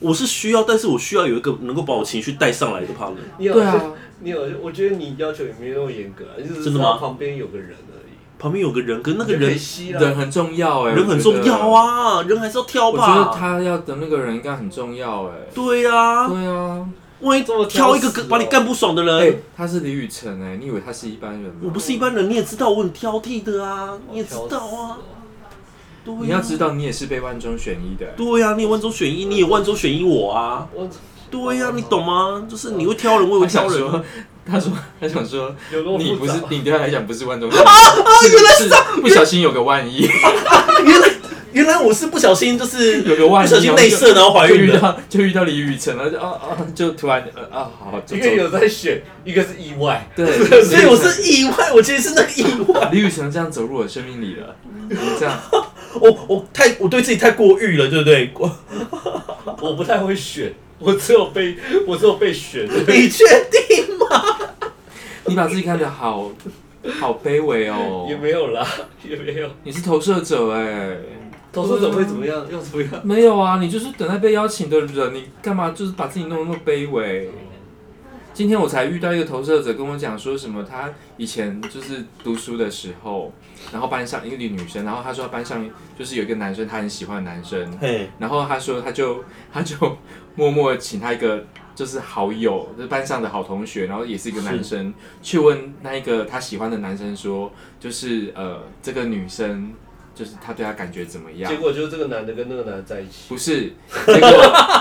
Speaker 2: 我是需要，但是我需要有一个能够把我情绪带上来的 partner。
Speaker 3: 你好
Speaker 1: 对
Speaker 3: 像，
Speaker 1: 啊，
Speaker 3: 你好像，我觉得你要求也没那么严格啊，你只是
Speaker 2: 真的
Speaker 3: 知道
Speaker 2: 吗
Speaker 3: 旁边有个人而已，
Speaker 2: 旁边有个人，可是那个
Speaker 3: 你就可以
Speaker 2: 人
Speaker 3: 吸啊了
Speaker 1: 啊人很重要哎、
Speaker 2: 人很重要
Speaker 1: 啊。
Speaker 2: 啊，人还是要挑
Speaker 1: 我觉得
Speaker 2: 吧。
Speaker 1: 他要的那个人应该很重要哎、
Speaker 2: 对啊，
Speaker 1: 对啊，
Speaker 2: 万一
Speaker 3: 这么
Speaker 2: 挑一
Speaker 3: 挑
Speaker 2: 个
Speaker 3: 食哦
Speaker 2: 跟把你干不爽的
Speaker 1: 哎、
Speaker 2: 人，
Speaker 1: 他是李宇晨哎、你以为他是一般人吗？
Speaker 2: 我不是一般人，你也知道我很挑剔的啊，你也知道
Speaker 3: 好
Speaker 2: 啊
Speaker 3: 挑。死
Speaker 2: 对啊
Speaker 1: 你要知，道，你也是被万中选一的、哎
Speaker 2: 对啊，你也万中选一，你也万中选一我啊。
Speaker 3: 哦。
Speaker 2: 对啊，你懂吗？就是你会挑人，我也
Speaker 1: 他想
Speaker 2: 会挑人啊。
Speaker 1: 说，他说，他想说，
Speaker 3: 我有那么
Speaker 1: 你不
Speaker 3: 复杂
Speaker 1: 是你对他来讲不是万中选一，原来是不小心有个万一，
Speaker 2: 原来原来我是不小心，就是
Speaker 1: 有个万
Speaker 2: 不
Speaker 1: 一，
Speaker 2: 小心内射，然后怀
Speaker 1: 就遇
Speaker 2: 孕的。
Speaker 1: 到就遇到李宇辰，然后就啊啊，就突然呃啊好，就
Speaker 3: 一
Speaker 1: 走
Speaker 3: 个有在选，一个是意外，
Speaker 1: 对，
Speaker 2: 所以我是意外，我其实是那个意外。
Speaker 1: 李宇辰这样走入我生命里了，你这样
Speaker 2: 我我太我对自己太过誉了，对 不对？我
Speaker 3: 我不太会选，我只有被我只有被选，
Speaker 2: 你确定吗？
Speaker 1: 你把自己看得好好卑微哦
Speaker 3: 也，没有啦，也没有。
Speaker 1: 你是投射者哎、
Speaker 3: 投射者会怎么样？要怎么样？
Speaker 1: 没有啊，你就是等待被邀请的人，你干嘛就是把自己弄得那么卑微？今天我才遇到一个投射者跟我讲说什么，他以前就是读书的时候，然后班上一个女生，然后她说她班上就是有一个男生，她很喜欢的男生，
Speaker 2: 嘿，
Speaker 1: 然后他说他就他就默默请他一个就是好友，就是班上的好同学，然后也是一个男生，去问那一个他喜欢的男生说，就是呃这个女生就是他对她感觉怎么样
Speaker 3: 结？果就是这个男的跟那个男的在一起，
Speaker 1: 不是，结果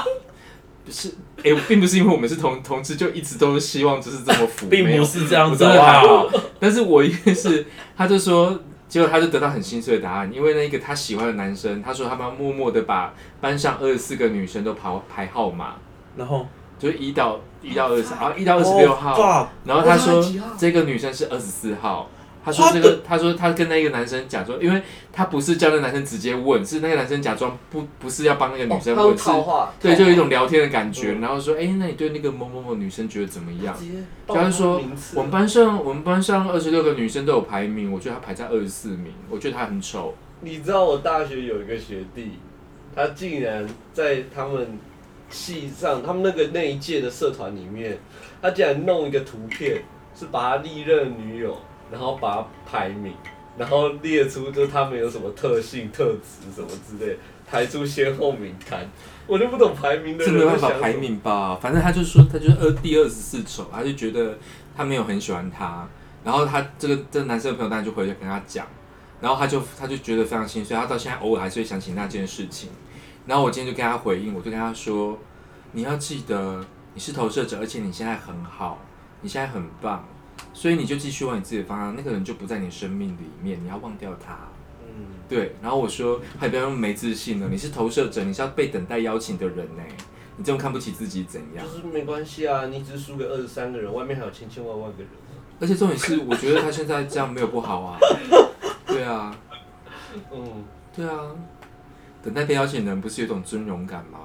Speaker 1: 不是， 哎、并不是因为我们是同同志，就一直都希望就是这么腐，
Speaker 2: 并
Speaker 1: 没有
Speaker 2: 不是这样子啊
Speaker 1: 我真的还
Speaker 2: 好不好
Speaker 1: 好，啊但是我一定是，他就说，结果他就得到很心碎的答案，因为那个他喜欢的男生，他说他妈默默的把班上二十四个女生都排排号码，
Speaker 2: 然后
Speaker 1: 就是一到一到二十，然后一到二十六号，
Speaker 2: 哦
Speaker 1: 然后他
Speaker 3: 我
Speaker 1: 说
Speaker 3: 知道他几号
Speaker 1: 这个女生是二十四号。他说这个，他说他跟那个男生讲说，因为他不是叫那个男生直接问，是那个男生假装不不是要帮那个女生
Speaker 3: 哦他用
Speaker 1: 问，是
Speaker 3: 套话，
Speaker 1: 对，
Speaker 3: 套
Speaker 1: 就
Speaker 3: 话
Speaker 1: 有一种聊天的感觉。然后说，哎，那你对那个某某某女生觉得怎么样？
Speaker 3: 直接报
Speaker 1: 假如说
Speaker 3: 名次
Speaker 1: 我们班上，我们班上二十六个女生都有排名，我觉得她排在二十四名，我觉得她很丑。
Speaker 3: 你知道我大学有一个学弟，他竟然在他们系上，他们那个那一届的社团里面，他竟然弄一个图片，是把他历任女友，然后把他排名，然后列出就是他们有什么特性、特质什么之类，排出先后名单。我就不懂排名的
Speaker 1: 这没
Speaker 3: 人在
Speaker 1: 办
Speaker 3: 想
Speaker 1: 法
Speaker 3: 什么
Speaker 1: 排名吧，反正他就说他就是二第二十四丑，他就觉得他没有很喜欢他，然后他这个这个男生的朋友当然就回去跟他讲，然后他就他就觉得非常心碎，他到现在偶尔还是会想起那件事情。然后我今天就跟他回应，我就跟他说，你要记得你是投射者，而且你现在很好，你现在很棒，所以你就继续往你自己的方向，那个人就不在你生命里面，你要忘掉他。
Speaker 3: 嗯，
Speaker 1: 对，然后我说，还不要那么没自信了，你是投射者，你是要被等待邀请的人呢、你这么看不起自己怎样
Speaker 3: 就？是没关系啊，你只是输给二十三个人，外面还有千千万万个人。
Speaker 1: 而且重点是，我觉得他现在这样没有不好啊。 对啊，
Speaker 3: 嗯，
Speaker 1: 对啊，等待被邀请的人不是有一种尊荣感吗？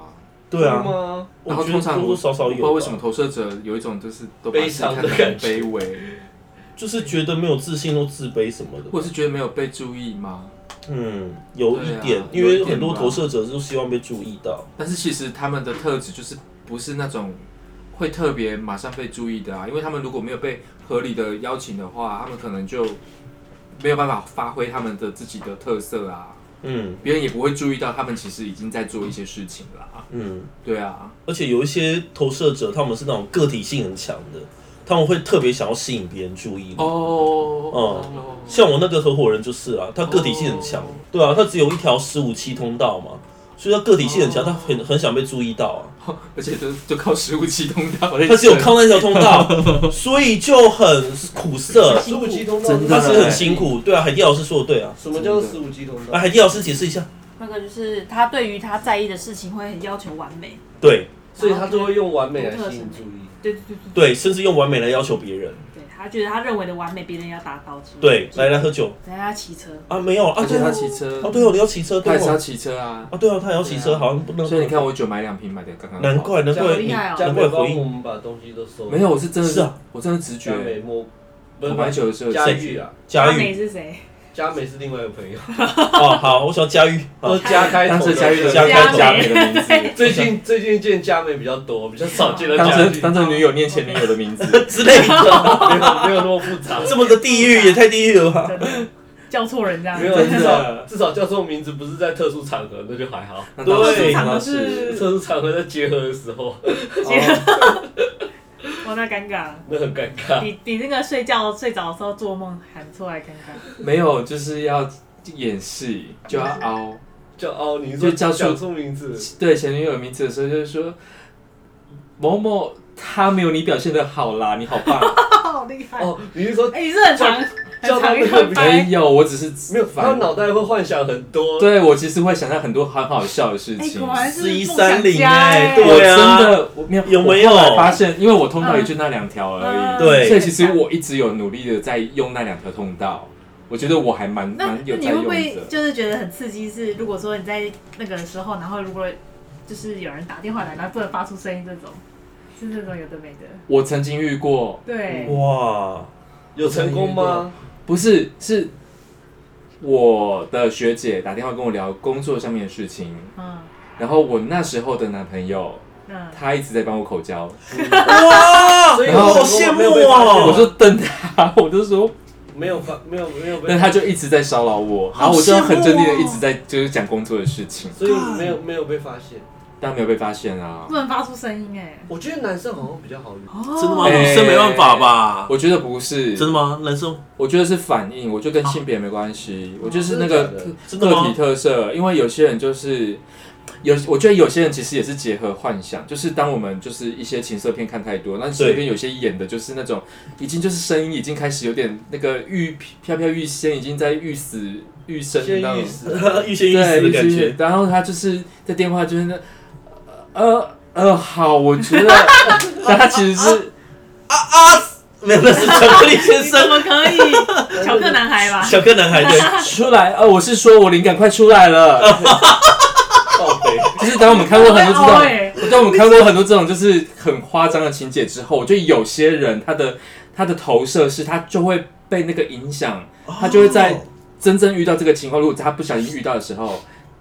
Speaker 2: 对啊
Speaker 3: 是，吗？
Speaker 2: 我
Speaker 1: 然后
Speaker 2: 觉得
Speaker 1: 通常
Speaker 2: 多多少少
Speaker 1: 我
Speaker 2: 有
Speaker 1: 不
Speaker 2: 吧，
Speaker 1: 知道为什么投射者有一种就是都把自己看得
Speaker 3: 悲伤的感
Speaker 1: 很
Speaker 3: 觉
Speaker 1: 卑微，
Speaker 2: 就是觉得没有自信、都自卑什么的。
Speaker 1: 或者是觉得没有被注意吗？
Speaker 2: 嗯，有一点，
Speaker 1: 对啊
Speaker 2: 因
Speaker 1: 有一
Speaker 2: 为
Speaker 1: 点
Speaker 2: 很多
Speaker 1: 吧
Speaker 2: 投射者都希望被注意到。
Speaker 1: 但是其实他们的特质就是不是那种会特别马上被注意的啊，因为他们如果没有被合理的邀请的话，他们可能就没有办法发挥他们的自己的特色啊，
Speaker 2: 嗯
Speaker 1: 别人也不会注意到他们其实已经在做一些事情啦。
Speaker 2: 嗯，
Speaker 1: 对啊，
Speaker 2: 而且有一些投射者，他们是那种个体性很强的，他们会特别想要吸引别人注意。
Speaker 1: 哦，哦
Speaker 2: 哦，像我那个合伙人就是啊，他个体性很强
Speaker 1: 哦，
Speaker 2: 对啊，他只有一条十五期通道嘛，所以他个体性很强，
Speaker 1: 哦
Speaker 2: 他很很想被注意到啊，
Speaker 1: 而且就就靠食物系通道在撑，
Speaker 2: 他只有靠那条通道，所以就很苦涩，
Speaker 3: 十五级通道，
Speaker 1: 真的
Speaker 2: 他是很辛苦，对啊，海蒂老师说的对啊，
Speaker 3: 什么叫十五级通
Speaker 2: 啊，
Speaker 3: 道？
Speaker 1: 哎
Speaker 2: 海蒂老师解释一下，
Speaker 4: 那个就是他对于他在意的事情会很要求完美，
Speaker 2: 对
Speaker 3: 所以他就会用完美来吸引注意。
Speaker 4: 对对对对，
Speaker 2: 对，甚至用完美来要求别人，
Speaker 4: 对他觉得他认为的完美，别人要达到之类的。
Speaker 2: 对，来来喝酒
Speaker 4: 等下他骑车，
Speaker 2: 啊，没有啊，
Speaker 1: 而且
Speaker 2: 对
Speaker 1: 他
Speaker 2: 啊，
Speaker 1: 骑车，
Speaker 2: 哦对哦，你要骑车，
Speaker 1: 他
Speaker 2: 对
Speaker 1: 也是要
Speaker 2: 哦，
Speaker 1: 骑车啊，
Speaker 2: 啊对啊，他也要骑
Speaker 3: 对
Speaker 2: 车，
Speaker 3: 啊
Speaker 2: 好像不能，
Speaker 1: 所以你看我酒买两瓶买的刚刚好
Speaker 2: 难怪难
Speaker 3: 这样
Speaker 2: 怪
Speaker 4: 好厉
Speaker 2: 你
Speaker 4: 害哦
Speaker 3: 加
Speaker 2: 难
Speaker 3: 倍
Speaker 2: 怪
Speaker 3: 帮
Speaker 2: 回应
Speaker 3: 我们把东西都收了。
Speaker 1: 没有，我是真的
Speaker 2: 是啊，
Speaker 1: 我真的直
Speaker 3: 佳美
Speaker 1: 觉，
Speaker 3: 摸，
Speaker 1: 我
Speaker 3: 不是
Speaker 1: 买酒的时候
Speaker 3: 佳
Speaker 1: 是
Speaker 3: 玉啊，
Speaker 2: 佳
Speaker 4: 阿
Speaker 2: 玉
Speaker 4: 美是谁？
Speaker 3: 佳美是另外一个朋友，
Speaker 2: 哦，好，我想要佳玉，啊
Speaker 3: 都
Speaker 2: 好
Speaker 4: 哦
Speaker 3: 是加开
Speaker 1: 哦当
Speaker 3: 头
Speaker 1: 着佳玉的
Speaker 2: 加开头
Speaker 1: 佳美的名字，
Speaker 3: 最近最近见佳美比较多，比较少见到
Speaker 1: 当
Speaker 3: 佳
Speaker 1: 着
Speaker 3: 玉，
Speaker 1: 当着女友念前女友的名字，
Speaker 2: 之类的。
Speaker 3: 没有没有那么复 杂。
Speaker 2: 这么的地狱也太地狱了吧？
Speaker 4: 真的叫错人这样
Speaker 3: 没。有，
Speaker 1: 真
Speaker 3: 至
Speaker 1: 的
Speaker 3: 少至少叫错名字不是在特殊场合，那就还 好。
Speaker 1: 那当时
Speaker 2: 对
Speaker 4: 场
Speaker 1: 那
Speaker 4: 合
Speaker 1: 是哦
Speaker 4: 是
Speaker 3: 特殊场合在结合的时候，
Speaker 4: 哇，那尴尬了，
Speaker 3: 那很尴 尬。
Speaker 4: 比比那个睡觉睡着的时候做梦喊出来尴尬。
Speaker 1: 没有，就是要演戏，就要凹。
Speaker 3: 叫哦，你说
Speaker 1: 就叫错
Speaker 3: 讲错名字，
Speaker 1: 对前女友的名字的时候，就是说某某他没有你表现的好啦，你好棒。
Speaker 4: 好厉害！
Speaker 3: 哦，你是说
Speaker 4: 哎，你是很长
Speaker 3: 叫他
Speaker 4: 很长
Speaker 3: 那
Speaker 4: 一
Speaker 3: 个
Speaker 4: 段
Speaker 3: 名
Speaker 1: 没
Speaker 4: 白。
Speaker 1: 有，我只是
Speaker 3: 没有？
Speaker 1: 反
Speaker 3: 他脑袋会幻想很多，
Speaker 1: 对我其实会想到很多很好笑的事
Speaker 4: 哎，
Speaker 1: 情。
Speaker 4: 果然是梦想
Speaker 2: 1130
Speaker 4: 家
Speaker 2: 哎
Speaker 4: 哎，
Speaker 1: 我
Speaker 2: 对
Speaker 1: 真
Speaker 2: 啊
Speaker 1: 的我没有
Speaker 2: 有没有
Speaker 1: 我后来发现，因为我通道也就那两条而
Speaker 4: 嗯
Speaker 1: 已，
Speaker 2: 对
Speaker 1: 所以其实我一直有努力的在用那两条通道，我觉得我还蛮
Speaker 4: 那
Speaker 1: 蛮
Speaker 4: 那
Speaker 1: 有
Speaker 4: 你
Speaker 1: 在
Speaker 4: 会
Speaker 1: 用
Speaker 4: 不会
Speaker 1: 的。
Speaker 4: 就是觉得很刺激？是如果说你在那个时候，然后如果就是有人打电话来，然后不能发出声音这种，是这种有的没的。
Speaker 1: 我曾经遇过，
Speaker 4: 对，
Speaker 2: 哇，
Speaker 3: 有成功吗？
Speaker 1: 不是，是我的学姐打电话跟我聊工作上面的事情，
Speaker 4: 嗯
Speaker 1: 然后我那时候的男朋友
Speaker 4: 嗯，
Speaker 1: 他一直在帮我口交，
Speaker 2: 哦哇，
Speaker 3: 所以
Speaker 1: 然后
Speaker 2: 我好羡慕
Speaker 3: 哦
Speaker 1: 我
Speaker 2: 哦！
Speaker 1: 就瞪他，我就 说，
Speaker 3: 没有发，没有没有被，
Speaker 1: 但他就一直在骚扰我，然
Speaker 2: 好
Speaker 1: 后我就
Speaker 2: 羡慕
Speaker 1: 很镇定的
Speaker 2: 哦
Speaker 1: 一直在就是讲工作的事情，
Speaker 3: 所以没有没有被发现。
Speaker 1: 但没有被发现啊
Speaker 4: 不。能发出声音哎。
Speaker 3: 我觉得男生好像比较好捋，
Speaker 4: 哦
Speaker 2: 真的吗？
Speaker 1: 哎
Speaker 2: 女生没办法吧？
Speaker 1: 我觉得不是，
Speaker 2: 真的吗？男生
Speaker 1: 我觉得是反应，我就跟性别没关系，我就是那
Speaker 3: 真
Speaker 1: 个
Speaker 3: 的假的
Speaker 1: 特
Speaker 2: 啊真的吗
Speaker 1: 个体特色，因为有些人就是有，我觉得有些人其实也是结合幻想，就是当我们就是一些情色片看太多，那情色片有些演的就是那种已经就是声音已经开始有点那个欲飘飘欲仙，已经在欲死欲生的
Speaker 3: 先
Speaker 1: 那种
Speaker 3: 意，识。
Speaker 2: 欲仙欲死
Speaker 1: 对，
Speaker 2: 的感
Speaker 1: 欲仙
Speaker 2: 觉
Speaker 1: 欲，然后他就是在电话就是那呃呃好，我觉得， 但他其实是。
Speaker 2: 没有，那是巧克力先
Speaker 4: 你怎
Speaker 2: 生，
Speaker 4: 么可以？巧克男孩吧？
Speaker 2: 小克男孩对，
Speaker 1: 出来，呃，我是说我灵感快出来了。
Speaker 3: 靠北
Speaker 1: 就是当我们看过很多
Speaker 4: 我会凹欸
Speaker 1: 这种，当我们看过很多这种就是很夸张的情节之后，我觉得有些人他的他的投射是他就会
Speaker 4: 哦
Speaker 1: 被那个影响，他就会在真正遇到这个情况，如果他不小心遇到的时候，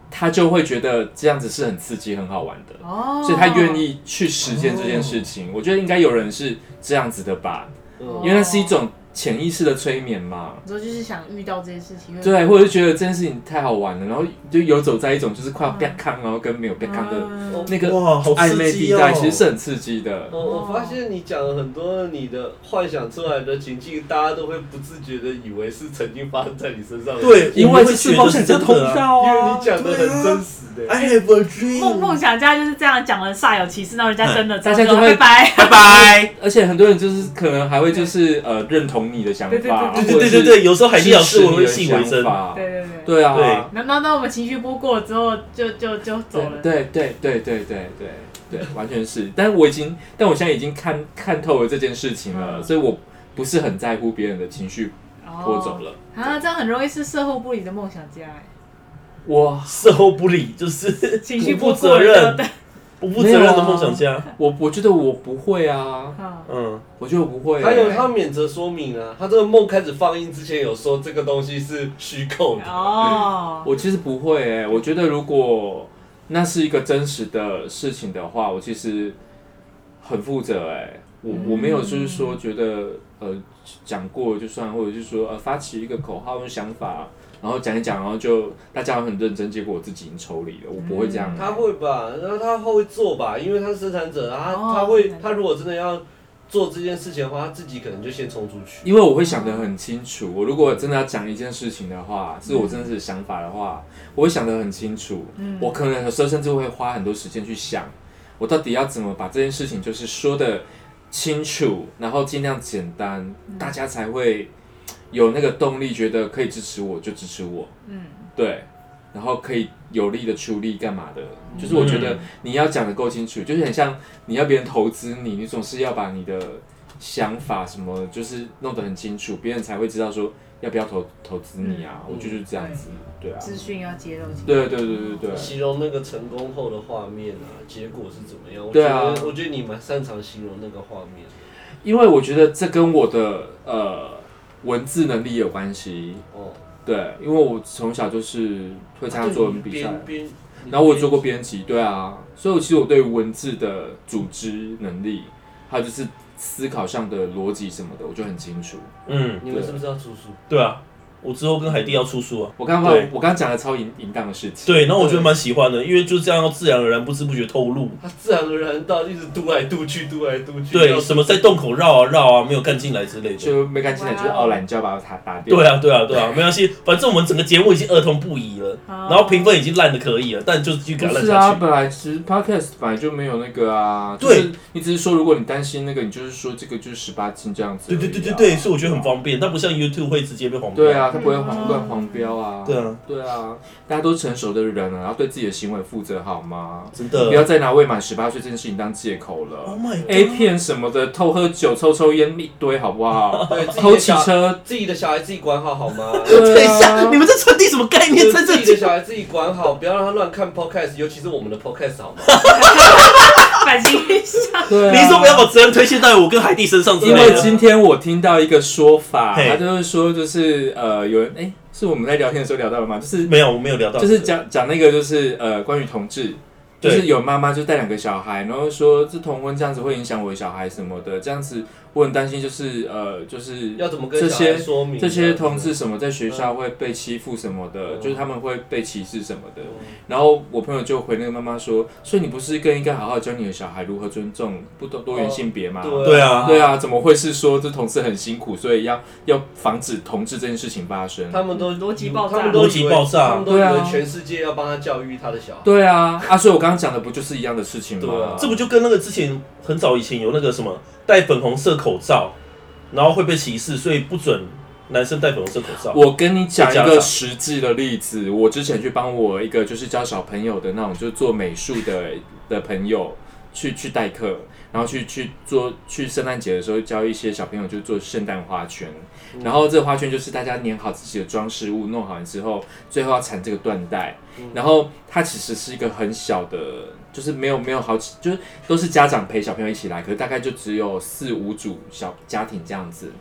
Speaker 1: 他就会觉得这样子是很刺激、很好玩的，
Speaker 4: 哦，
Speaker 1: 所以他愿意去实践这件事情。我觉得应该有人是这样子的吧，
Speaker 3: 嗯
Speaker 4: 哦
Speaker 1: 因为那是一种潜意识的催眠嘛。
Speaker 4: 你说就是想遇到这件事情，因为
Speaker 1: 对，或者觉得这件事情太好玩了，然后就游走在一种就是快要
Speaker 4: 嗯
Speaker 1: 被康，然后跟没有被康的
Speaker 4: 嗯
Speaker 1: 那个
Speaker 2: 哇，好
Speaker 1: 暧昧
Speaker 2: 刺激
Speaker 1: 地
Speaker 2: 哦！
Speaker 1: 带，其实是很刺激的。
Speaker 3: 我我发现你讲了很多你的幻想出来的情境，大家都会不自觉的以为是曾经发生在你身上的。
Speaker 2: 对
Speaker 1: 因为
Speaker 2: 我
Speaker 1: 这
Speaker 2: 会觉
Speaker 1: 是
Speaker 2: 得
Speaker 1: 梦想家
Speaker 2: 是
Speaker 1: 通
Speaker 2: 真的啊
Speaker 1: 道
Speaker 3: 因为
Speaker 1: 啊
Speaker 3: 你，讲的很真实的、
Speaker 2: I have a
Speaker 4: 梦
Speaker 2: dream。
Speaker 4: 梦想家就是这样讲了煞有其事，让人家真的
Speaker 1: 嗯大家就会
Speaker 4: 拜拜。
Speaker 2: 拜拜。
Speaker 1: 而且很多人就是可能还会就是呃认同你的想法，
Speaker 2: 对
Speaker 1: 或
Speaker 2: 对
Speaker 1: 者
Speaker 2: 对
Speaker 1: 是
Speaker 2: 对对，有时候海蒂老师我会
Speaker 1: 支持你
Speaker 2: 信
Speaker 1: 的
Speaker 2: 为
Speaker 1: 想。
Speaker 2: 真
Speaker 1: 法
Speaker 4: 对对对。
Speaker 1: 对啊，
Speaker 4: 那那那我们情绪波过了之后，就就就走了。
Speaker 1: 对对对对对对对，完全是。但我已经，但我现在已经看看透了这件事情了，
Speaker 4: 嗯
Speaker 1: 所以我不是很在乎别人的情绪拖走了。
Speaker 4: 哦啊，这样很容易是售后不理的梦想家哎，
Speaker 1: 我
Speaker 2: 事后不理就是
Speaker 4: 情绪
Speaker 2: 不
Speaker 4: 波
Speaker 2: 负责
Speaker 4: 过了
Speaker 2: 任
Speaker 4: 就，
Speaker 2: 不负责任的梦想家。
Speaker 1: 我我觉得我不会啊，
Speaker 4: 嗯，
Speaker 2: 嗯，
Speaker 1: 我觉得我不会、
Speaker 3: 还有他免责说明啊，他这个梦开始放映之前有说这个东西是虚构的，
Speaker 4: 哦，
Speaker 1: 我其实不会诶、我觉得如果那是一个真实的事情的话，我其实很负责诶、我我没有就是说觉得呃讲过就算，或者是说呃发起一个口号、想法，然后讲一讲，然后就大家很认真，结果我自己已经抽离了，我不会这样、
Speaker 3: 他会吧，然后他会做吧，因为他是生产者，他、
Speaker 4: 哦
Speaker 3: 他会，他如果真的要做这件事情的话，他自己可能就先冲出去。
Speaker 1: 因为我会想得很清楚。我如果真的要讲一件事情的话，是我真实的想法的话，我会想得很清楚。
Speaker 4: 嗯
Speaker 1: 我可能有时候甚至会花很多时间去想，我到底要怎么把这件事情就是说的清楚，然后尽量简单，
Speaker 3: 嗯
Speaker 1: 大家才会有那个动力，觉得可以支持我就支持我，
Speaker 4: 嗯
Speaker 1: 对，然后可以有力的出力干嘛的，就是我觉得
Speaker 2: 嗯
Speaker 1: 你要讲的够清楚，就是很像你要别人投资你，你总是要把你的想法什么就是弄得很清楚，别人才会知道说要不要投投资你啊，
Speaker 3: 嗯
Speaker 1: 我就是这样子，对啊，
Speaker 4: 资讯要揭露 清楚。
Speaker 1: 对对对对啊对。
Speaker 3: 形容那个成功后的画面啊，结果是怎么样？我觉
Speaker 1: 对
Speaker 3: 得，
Speaker 1: 啊
Speaker 3: 我觉得你蛮擅长形容那个画面。
Speaker 1: 因为我觉得这跟我的呃文字能力有关系。
Speaker 3: 哦，
Speaker 1: 对，因为我从小就是会
Speaker 2: 啊
Speaker 1: 参加作文比赛，
Speaker 3: 边边
Speaker 1: 然后我也做过编辑，对啊，所以我其实我对文字的组织能力，还有就是思考上的逻辑什么的，我就很清楚。
Speaker 2: 嗯，
Speaker 3: 你们是不是要出书？
Speaker 2: 对啊，我之后跟海蒂要出书啊。
Speaker 1: 我刚刚
Speaker 2: 对
Speaker 1: 我刚刚讲的超淫淫荡的事情，
Speaker 2: 对，然后我觉得蛮喜欢的，因为就是这样自然而然不知不觉透露。
Speaker 3: 他自然而然到一直嘟来嘟去，嘟来嘟去。
Speaker 2: 对，
Speaker 3: 到
Speaker 2: 什么在洞口绕啊绕啊，没有干进来之类的。
Speaker 1: 就没干进来，就是
Speaker 4: 哇
Speaker 1: 傲懒就要把它打掉。
Speaker 2: 哦对啊，对啊，对啊，没关系，反正我们整个节目已经儿童不宜了，
Speaker 4: 哦
Speaker 2: 然后评分已经烂的可以了，但就继续给它
Speaker 1: 不
Speaker 2: 烂
Speaker 1: 是啊，
Speaker 2: 下去。
Speaker 1: 本来其实 podcast 本来就没有那个啊，
Speaker 2: 对，
Speaker 1: 你只是说如果你担心那个，你就是说这个就是十八禁这样子而已
Speaker 2: 对
Speaker 1: 啊、
Speaker 2: 对对对对，所以我觉得很方便，但不像 YouTube 会直接被黄标。
Speaker 1: 对，啊，他不会黄
Speaker 4: 嗯
Speaker 1: 乱黄标啊。
Speaker 2: 对啊，
Speaker 1: 对啊，大家都成熟的人了，然后对自己的行为负责好吗？
Speaker 2: 真
Speaker 1: 不要
Speaker 2: 的。
Speaker 1: 再拿未满十八岁这件事情当借口
Speaker 2: Oh
Speaker 1: 了。
Speaker 2: my
Speaker 1: A
Speaker 2: god！
Speaker 1: 片什么的，偷喝酒、抽抽烟一堆，好不好？
Speaker 3: 对哎自己
Speaker 1: 偷
Speaker 3: 的
Speaker 1: 骑
Speaker 3: 小
Speaker 1: 车，
Speaker 3: 自己的小孩自己管好好吗？
Speaker 2: 等
Speaker 1: 对
Speaker 2: 一下，
Speaker 1: 啊
Speaker 2: 你，们在传递什么概
Speaker 3: 就
Speaker 2: 念？
Speaker 3: 是
Speaker 2: 在
Speaker 3: 自
Speaker 2: 这
Speaker 3: 己的
Speaker 2: 里
Speaker 3: 小孩自己管好，不要让他乱看 podcast，尤其是我们的 podcast 好吗？
Speaker 4: 反 省一下，
Speaker 1: 对啊
Speaker 2: 你说不要把责任推卸在我跟海蒂身上之
Speaker 1: 因
Speaker 2: 类
Speaker 1: 为
Speaker 2: 的。
Speaker 1: 今天我听到一个说法，
Speaker 2: 嘿
Speaker 1: 他就是说，就是呃，有人哎，是我们在聊天的时候聊到了吗？就是
Speaker 2: 没有，我没有聊到，
Speaker 1: 就是讲讲那个就是呃，关于同志，就
Speaker 2: 对
Speaker 1: 是有妈妈就带两个小孩，然后说这同婚这样子会影响我的小孩什么的，这样子我很担心，就是呃，就是
Speaker 3: 要怎么跟
Speaker 1: 这
Speaker 3: 小孩
Speaker 1: 些
Speaker 3: 说明
Speaker 1: 这些同
Speaker 3: 事？
Speaker 1: 志什么在学校会被欺负什么的，
Speaker 3: 嗯
Speaker 1: 就是他们会被歧视什么的。
Speaker 3: 嗯
Speaker 1: 然后我朋友就回那个妈妈说，所以你不是更应该好好教你的小孩如何尊重不多多元性别吗？
Speaker 2: 对啊
Speaker 1: 对啊，怎么会是说这同志很辛苦，所以要要防止同志这件事情发生？
Speaker 3: 他们都嗯
Speaker 4: 逻辑爆炸
Speaker 3: 他们都以为
Speaker 2: 逻辑爆炸
Speaker 3: 他们都以
Speaker 1: 对
Speaker 3: 为
Speaker 1: 啊
Speaker 3: 全世界要帮他教育他的小孩。
Speaker 1: 对啊，啊，所以我刚刚讲的不就是一样的事情吗？
Speaker 3: 对啊
Speaker 2: 这不就跟那个之前很早以前有那个什么戴粉红色口罩，然后会被歧视，所以不准男生戴粉红色口罩。
Speaker 1: 我跟你讲一
Speaker 2: 家
Speaker 1: 个
Speaker 2: 长
Speaker 1: 实际的例子，我之前去帮我一个就是教小朋友的那种，就是做美术的的朋友去去代课，然后去去做去圣诞节的时候教一些小朋友就做圣诞花圈，然后这个花圈就是大家粘好自己的装饰物，弄好了之后，最后要缠这个缎带，然后它其实是一个很小的就是没有没有好几，就是都是家长陪小朋友一起来，可是大概就只有四五组小家庭这样子。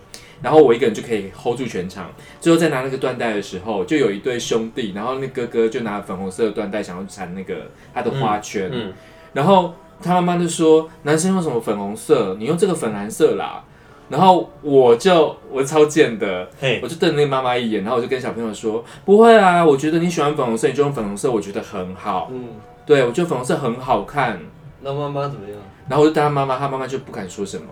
Speaker 1: 然后我一个人就可以 hold 住全场。最后在拿那个缎带的时候，就有一对兄弟，然后那哥哥就拿粉红色的缎带想要缠那个他的花圈，
Speaker 2: 嗯，
Speaker 1: 然后他妈妈就说：“男生用什么粉红色？你用这个粉蓝色啦。”然后我就我超贱的，
Speaker 2: 嘿
Speaker 1: 我，就瞪那个妈妈一眼，然后我就跟小朋友说：“不会啊，我觉得你喜欢粉红色，你就用粉红色，我觉得很好。
Speaker 3: 嗯，
Speaker 1: 对我觉得粉红色很好看。
Speaker 3: 那妈妈怎么样？”
Speaker 1: 然后我就当他妈妈，他妈妈就不敢说什么，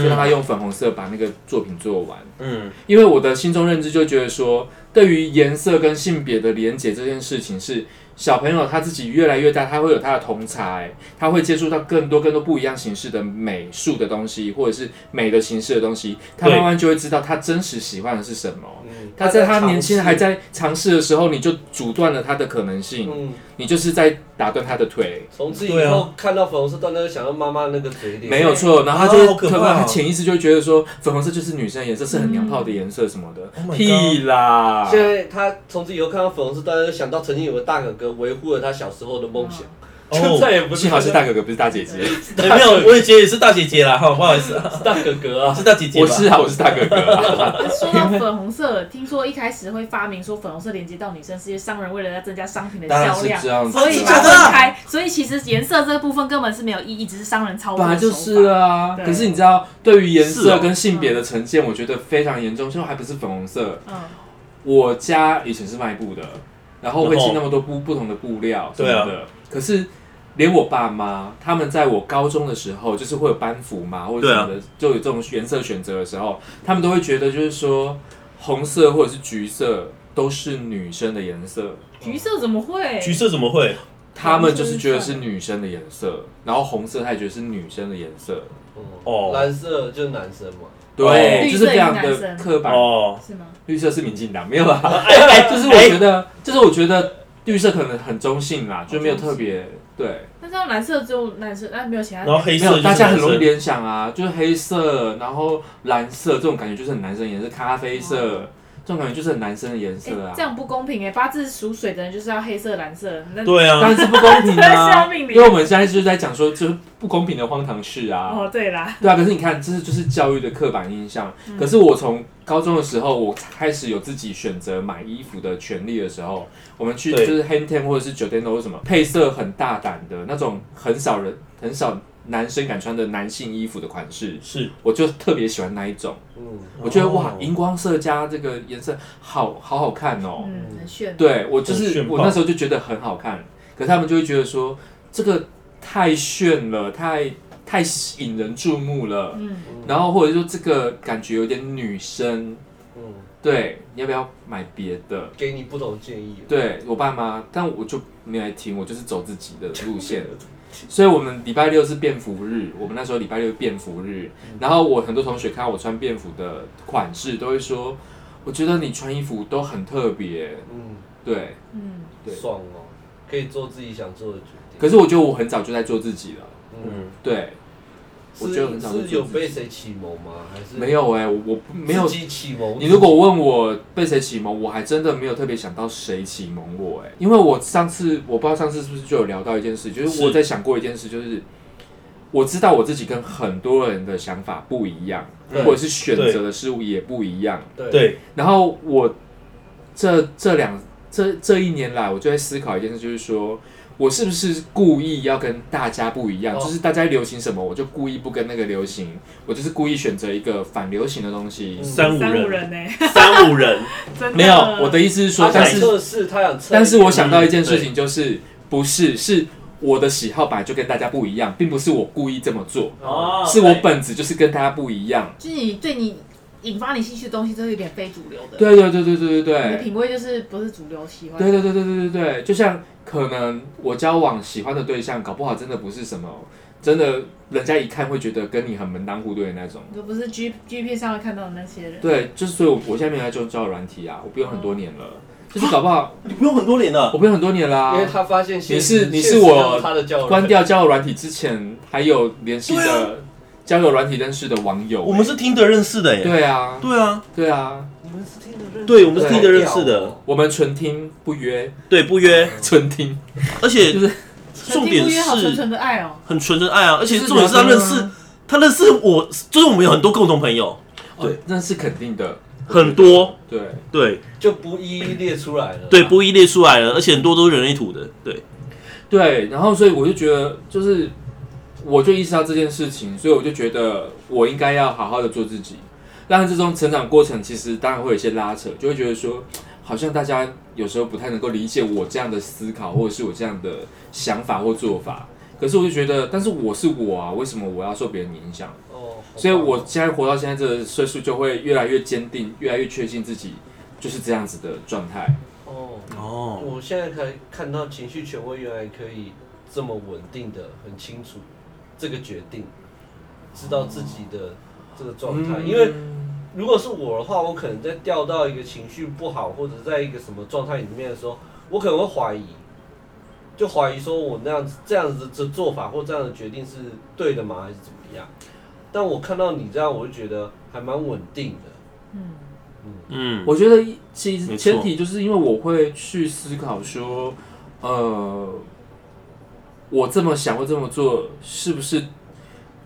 Speaker 1: 就让他用粉红色把那个作品做完。
Speaker 2: 嗯，
Speaker 1: 因为我的心中认知就觉得说，对于颜色跟性别的连结这件事情是，小朋友他自己越来越大，他会有他的同才，他会接触到更多更多不一样形式的美术的东西，或者是美的形式的东西，他
Speaker 2: 对
Speaker 1: 慢慢就会知道他真实喜欢的是什么。
Speaker 3: 嗯，
Speaker 1: 他在他年轻还
Speaker 3: 在
Speaker 1: 在尝试的时候，你就阻断了他的可能
Speaker 3: 尝
Speaker 1: 性，
Speaker 3: 试，嗯，
Speaker 1: 你就是在打断他的腿，
Speaker 3: 从此
Speaker 2: 对
Speaker 3: 以
Speaker 2: 啊
Speaker 3: 后看到粉红色缎带就想到妈妈那个嘴脸，
Speaker 1: 没有错。然后他
Speaker 2: 啊
Speaker 1: 就
Speaker 2: 好
Speaker 1: 会
Speaker 2: 可
Speaker 1: 可
Speaker 2: 怕
Speaker 1: 能
Speaker 2: 哦
Speaker 1: 他潜意识就会觉得说，粉红色就是女生的颜色，是很娘炮的颜色什么的，
Speaker 2: Oh my god
Speaker 1: 屁啦！
Speaker 3: 现在他从此以后看到粉红色缎带，就想到曾经有个大哥哥维护了他小时候的梦想，就
Speaker 2: 哦，
Speaker 3: 再也不
Speaker 1: 幸好是大哥哥，不是大姐姐。
Speaker 2: 对哎没有，我也觉得也是大姐姐啦，哈，不好意思，啊，
Speaker 3: 是大哥哥啊，
Speaker 2: 是大姐姐
Speaker 1: 我
Speaker 2: 吧？
Speaker 1: 是啊，我是大哥哥 啊。
Speaker 4: 说到粉红色，听说一开始会发明说粉红色连接到女生，是因为商人为了要增加商品的
Speaker 1: 当然
Speaker 4: 销
Speaker 1: 是
Speaker 4: 量
Speaker 1: 这，样子，啊
Speaker 4: 所以
Speaker 2: 真
Speaker 4: 把
Speaker 2: 的
Speaker 4: 它
Speaker 2: 假的
Speaker 4: 分开。所以其实颜色这个部分根本是没有意义，只是商人操作
Speaker 1: 本来
Speaker 4: 的手
Speaker 1: 就
Speaker 4: 法。
Speaker 1: 是啊。
Speaker 4: 对
Speaker 1: 可是你知道，对于颜
Speaker 2: 是哦嗯
Speaker 1: 色跟性别的成见，我觉得非常严重。现在还不是粉红色，
Speaker 4: 嗯，
Speaker 1: 我家以前是卖布的，然后会
Speaker 2: 然后
Speaker 1: 进那么多布不同的布料什么
Speaker 2: 对啊
Speaker 1: 的。可是连我爸妈他们在我高中的时候，就是会有班服嘛，或者
Speaker 2: 啊
Speaker 1: 什么的，就有这种颜色选择的时候，他们都会觉得就是说红色或者是橘色都是女生的颜色。
Speaker 4: 橘色怎么会？
Speaker 2: 橘色怎么会？
Speaker 1: 他们就是觉得是女生的颜色，然后红色他也觉得是女生的颜色，
Speaker 2: 哦
Speaker 3: 哦，蓝色就是男生嘛，
Speaker 1: 对，
Speaker 4: 绿
Speaker 1: 就
Speaker 4: 色
Speaker 1: 是非常
Speaker 4: 也是男
Speaker 1: 的
Speaker 4: 生
Speaker 1: 刻板。
Speaker 2: 哦，
Speaker 4: 是吗？
Speaker 1: 绿色是民进党，没有啦， 哎就是我觉得，就是我觉得绿色可能很中性
Speaker 2: 哦
Speaker 1: 啦，就没有特别对，
Speaker 4: 那这样蓝色只有男生，那没有其他
Speaker 2: 然。后黑
Speaker 1: 没
Speaker 2: 色就
Speaker 1: 有
Speaker 2: 是
Speaker 1: 大家很容易
Speaker 2: 男生
Speaker 1: 联想啊，就是黑色，然后蓝色这种感觉就是很男生的颜色，咖啡色这种感觉就是很男生的颜
Speaker 4: 哦哎
Speaker 1: 色啊
Speaker 4: 这，样不公平哎！八字属水的人就是要黑色、蓝色，那
Speaker 2: 对
Speaker 1: 当
Speaker 2: 啊，
Speaker 1: 然是不公平
Speaker 4: 这是要
Speaker 1: 啊，
Speaker 4: 命
Speaker 1: 因
Speaker 4: 理
Speaker 1: 为我们现在就是在讲说就是不公平的荒唐事啊，
Speaker 4: 哦对啦，
Speaker 1: 对啊，可是你看，这是就是教育的刻板印象。可是我从高中的时候，我开始有自己选择买衣服的权利的时候，我们去就
Speaker 2: 对
Speaker 1: 是 h a n t e n 或者是 Jordan 或者什么配色很大胆的那种，很少人很少男生敢穿的男性衣服的款式，
Speaker 2: 是，
Speaker 1: 我就特别喜欢那一种。
Speaker 3: 嗯，
Speaker 1: 我觉得、
Speaker 2: 哦
Speaker 1: 哇，荧光色加这个颜色好好好看哦。
Speaker 4: 嗯，很炫。
Speaker 1: 对我就
Speaker 2: 很
Speaker 1: 是
Speaker 2: 炫
Speaker 1: 我
Speaker 2: 爆
Speaker 1: 那时候就觉得很好看，可是他们就会觉得说这个太炫了，太太引人注目了。
Speaker 4: 嗯，
Speaker 1: 然后或者说这个感觉有点女生，
Speaker 3: 嗯，
Speaker 1: 对，你要不要买别的？
Speaker 3: 给你不同的建议，
Speaker 1: 对我爸妈，但我就没来听，我就是走自己的路线。所以我们礼拜六是便服日，我们那时候礼拜六便服日，然后我很多同学看我穿便服的款式，都会说，我觉得你穿衣服都很特别，
Speaker 3: 嗯，
Speaker 1: 对。
Speaker 4: 嗯，
Speaker 1: 对
Speaker 3: 爽哦，可以做自己想做的决定，
Speaker 1: 可是我觉得我很早就在做自己了，
Speaker 3: 嗯，
Speaker 2: 嗯，
Speaker 1: 对，我觉得很
Speaker 3: 是
Speaker 1: 早就是
Speaker 3: 有被谁启蒙吗？还是
Speaker 1: 没有哎、我我不没有
Speaker 3: 自己启蒙？
Speaker 1: 你如果问我被谁启蒙，我还真的没有特别想到谁启蒙我哎、欸因为我上次我不知道上次是不是就有聊到一件事，就是
Speaker 2: 是
Speaker 1: 我在想过一件事，就是
Speaker 3: 嗯
Speaker 1: 我知道我自己跟很多人的想法不一样，
Speaker 3: 对
Speaker 1: 或者是选择的事物也不一样。
Speaker 3: 对
Speaker 2: 对，
Speaker 1: 然后我这这两这这一年来，我就在思考一件事，就是说我是不是故意要跟大家不一样？
Speaker 3: 哦
Speaker 1: 就是大家流行什么，我就故意不跟那个流行，我就是故意选择一个反流行的东西。
Speaker 3: 嗯
Speaker 2: 三五
Speaker 4: 三
Speaker 2: 人，
Speaker 4: 五人 呢？
Speaker 2: 三五 人，
Speaker 4: 真的
Speaker 1: 没有，我的意思是说，
Speaker 3: 他
Speaker 1: 但
Speaker 3: 想
Speaker 1: 是
Speaker 3: 测试，他想测试，
Speaker 1: 但是我想到一件事情，就是不是是我的喜好本来就跟大家不一样，并不是我故意这么做，
Speaker 2: 哦
Speaker 1: 是
Speaker 4: 哎
Speaker 1: 我本质就是跟大家不一样。
Speaker 4: 就是你对你引发你兴趣的东西都有点非主流的，，
Speaker 1: 对对对对对对
Speaker 4: 你的
Speaker 1: 对。
Speaker 4: 品味就是不是主流喜欢的。
Speaker 1: 对对对对对对对，就像可能我交往喜欢的对象，搞不好真的不是什么，真的人家一看会觉得跟你很门当户对的那种。
Speaker 4: 就不是 G G P 上会看到的那些人。
Speaker 1: 对，就是所以我，我现在没有在用交友软体啊，我不用很多年了，就是搞不好
Speaker 2: 你不用很多年了，
Speaker 1: 我不用很多年啦、
Speaker 3: 因为他发现现实
Speaker 1: 你是你是
Speaker 3: 现实
Speaker 1: 我
Speaker 3: 让他的教育
Speaker 1: 关掉交友软体之前，还有联系
Speaker 2: 对啊
Speaker 1: 的交友软体认识的网友、
Speaker 2: 我们是听得认识的耶，
Speaker 1: 对啊，
Speaker 2: 对啊，
Speaker 1: 对啊，
Speaker 3: 你们是听得认识，
Speaker 2: 对我们
Speaker 1: 是
Speaker 2: 听得认识的
Speaker 3: 好屌哦
Speaker 4: 啊
Speaker 1: 我们纯听不约，
Speaker 2: 对，不约，
Speaker 1: 纯听
Speaker 2: 而且
Speaker 1: 就是
Speaker 2: 重点
Speaker 4: 可听不约好纯
Speaker 2: 是
Speaker 4: 纯的爱哦，
Speaker 2: 很纯真爱啊，而且
Speaker 1: 就是
Speaker 2: 重点是他
Speaker 1: 聊天
Speaker 2: 认
Speaker 1: 啊
Speaker 2: 识他认识我，就是我们有很多共同朋友，
Speaker 1: 对，哦那是肯定的，
Speaker 2: 很多
Speaker 1: 对，
Speaker 2: 对
Speaker 3: 就不一一列出来了。
Speaker 4: 哦
Speaker 3: 哦
Speaker 2: 对，不一列出来了，而且很多都是人类图的，对，
Speaker 1: 对，然后所以我就觉得，就是我就意识到这件事情，所以我就觉得我应该要好好的做自己。当然，这种成长过程其实当然会有一些拉扯，就会觉得说，好像大家有时候不太能够理解我这样的思考，或者是我这样的想法或做法。可是我就觉得，但是我是我啊，为什么我要受别人影响？
Speaker 3: 哦，好吧
Speaker 1: 所以我现在活到现在这个岁数，就会越来越坚定，越来越确信自己就是这样子的状态。
Speaker 3: 哦，
Speaker 2: 哦，
Speaker 3: 我现在才看到情绪权威原来可以这么稳定的、很清楚这个决定，知道自己的这个状态。
Speaker 1: 嗯
Speaker 3: 因为如果是我的话，我可能在掉到一个情绪不好或者在一个什么状态里面的时候，我可能会怀疑，就怀疑说我那样子这样子的做法或这样的决定是对的吗？还是怎么样？但我看到你这样，我就觉得还蛮稳定的。
Speaker 4: 嗯，
Speaker 2: 嗯，
Speaker 1: 我觉得一其实
Speaker 2: 没错
Speaker 1: 前提就是因为我会去思考说，呃，我这么想或这么做是不是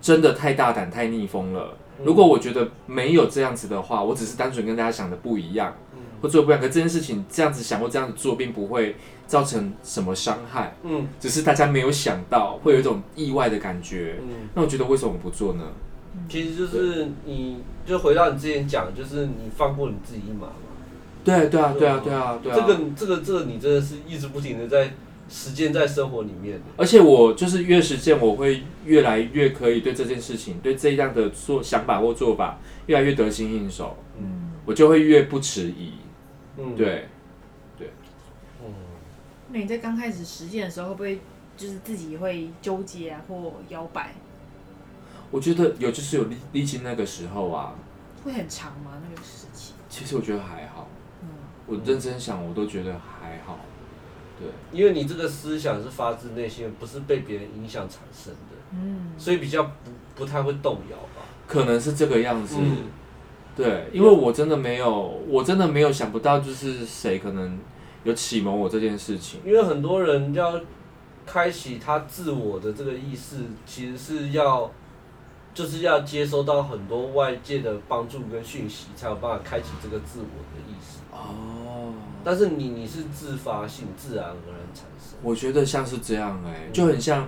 Speaker 1: 真的太大胆、太逆风了？如果我觉得没有这样子的话，我只是单纯跟大家想的不一样，或做得不一样。可这件事情这样子想或这样子做，并不会造成什么伤害，
Speaker 3: 嗯
Speaker 1: 只是大家没有想到，会有一种意外的感觉。
Speaker 3: 嗯。
Speaker 1: 那我觉得为什么不做呢？
Speaker 3: 其实就是你，就回到你之前讲，就是你放过你自己一马嘛。
Speaker 1: 对对啊，对啊，对啊，对啊。
Speaker 3: 这个这个这个，你真的是一直不停的在实践在生活里面的。
Speaker 1: 而且我就是越实践，我会越来越可以对这件事情、对这样的做想法或做法越来越得心应手，
Speaker 4: 嗯
Speaker 1: 我就会越不迟疑。
Speaker 3: 嗯，，
Speaker 1: 对，
Speaker 3: 嗯，
Speaker 4: 那你在刚开始实践的时候，会不会就是自己会纠结啊，或摇摆，
Speaker 1: 我觉得有就是有历历经那个时候啊，
Speaker 4: 会很长吗？那个时期，
Speaker 1: 其实我觉得还好，
Speaker 4: 嗯，
Speaker 1: 我认真想我都觉得还好。对，
Speaker 3: 因为你这个思想是发自内心，不是被别人影响产生的，
Speaker 4: 嗯，
Speaker 3: 所以比较不不太会动摇吧。
Speaker 1: 可能是这个样子。
Speaker 3: 嗯
Speaker 1: 对，因为我真的没有，我真的没有想不到，就是谁可能有启蒙我这件事情。
Speaker 3: 因为很多人要开启他自我的这个意识，其实是要就是要接收到很多外界的帮助跟讯息，才有办法开启这个自我的意识。
Speaker 1: 哦，
Speaker 3: 但是你你是自发性、自然而然产生。
Speaker 1: 我觉得像是这样哎、就很像，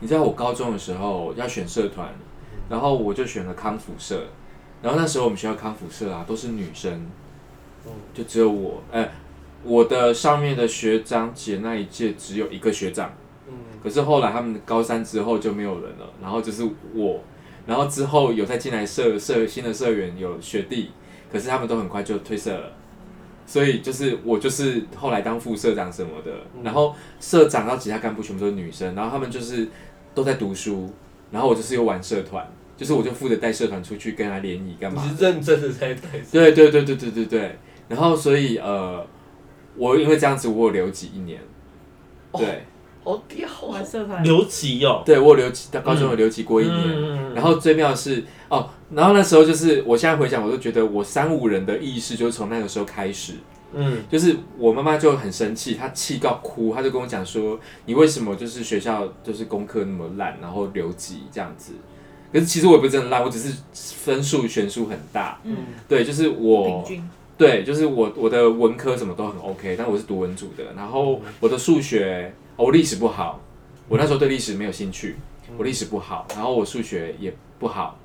Speaker 1: 你知道我高中的时候要选社团，然后我就选了康复社，然后那时候我们学校康复社啊都是女生，
Speaker 3: 嗯
Speaker 1: 就只有我，哎、我的上面的学长姐那一届只有一个学长，
Speaker 3: 嗯
Speaker 1: 可是后来他们高三之后就没有人了，然后就是我，然后之后有再进来社社新的社员有学弟，可是他们都很快就退社了，所以就是我就是后来当副社长什么的，
Speaker 3: 嗯
Speaker 1: 然后社长到其他干部全部都是女生，然后他们就是都在读书，然后我就是又玩社团，就是我就负责带社团出去跟他联谊干嘛
Speaker 3: 你，是认真的在带。
Speaker 1: 对对对对对对对，然后所以呃，我因为这样子我有留级一年，
Speaker 3: 哦
Speaker 1: 对。
Speaker 3: 好屌
Speaker 4: 玩社团，
Speaker 2: 留级 哦，
Speaker 1: 对我有留级，到高中有留级过一年。
Speaker 2: 嗯
Speaker 1: 然后最妙的是哦，然后那时候就是我现在回想，我都觉得我三五人的意识就是从那个时候开始。
Speaker 2: 嗯，
Speaker 1: 就是我妈妈就很生气，她气到哭，她就跟我讲说：“你为什么就是学校就是功课那么烂，然后留级这样子？”可是其实我也不是真的烂，我只是分数悬殊很大。
Speaker 4: 嗯，
Speaker 1: 对，就是我
Speaker 4: 平均，
Speaker 1: 对，就是我我的文科什么都很 OK，但我是读文组的，然后我的数学，哦我历史不好，我那时候对历史没有兴趣，我历史不好，然后我数学也不好，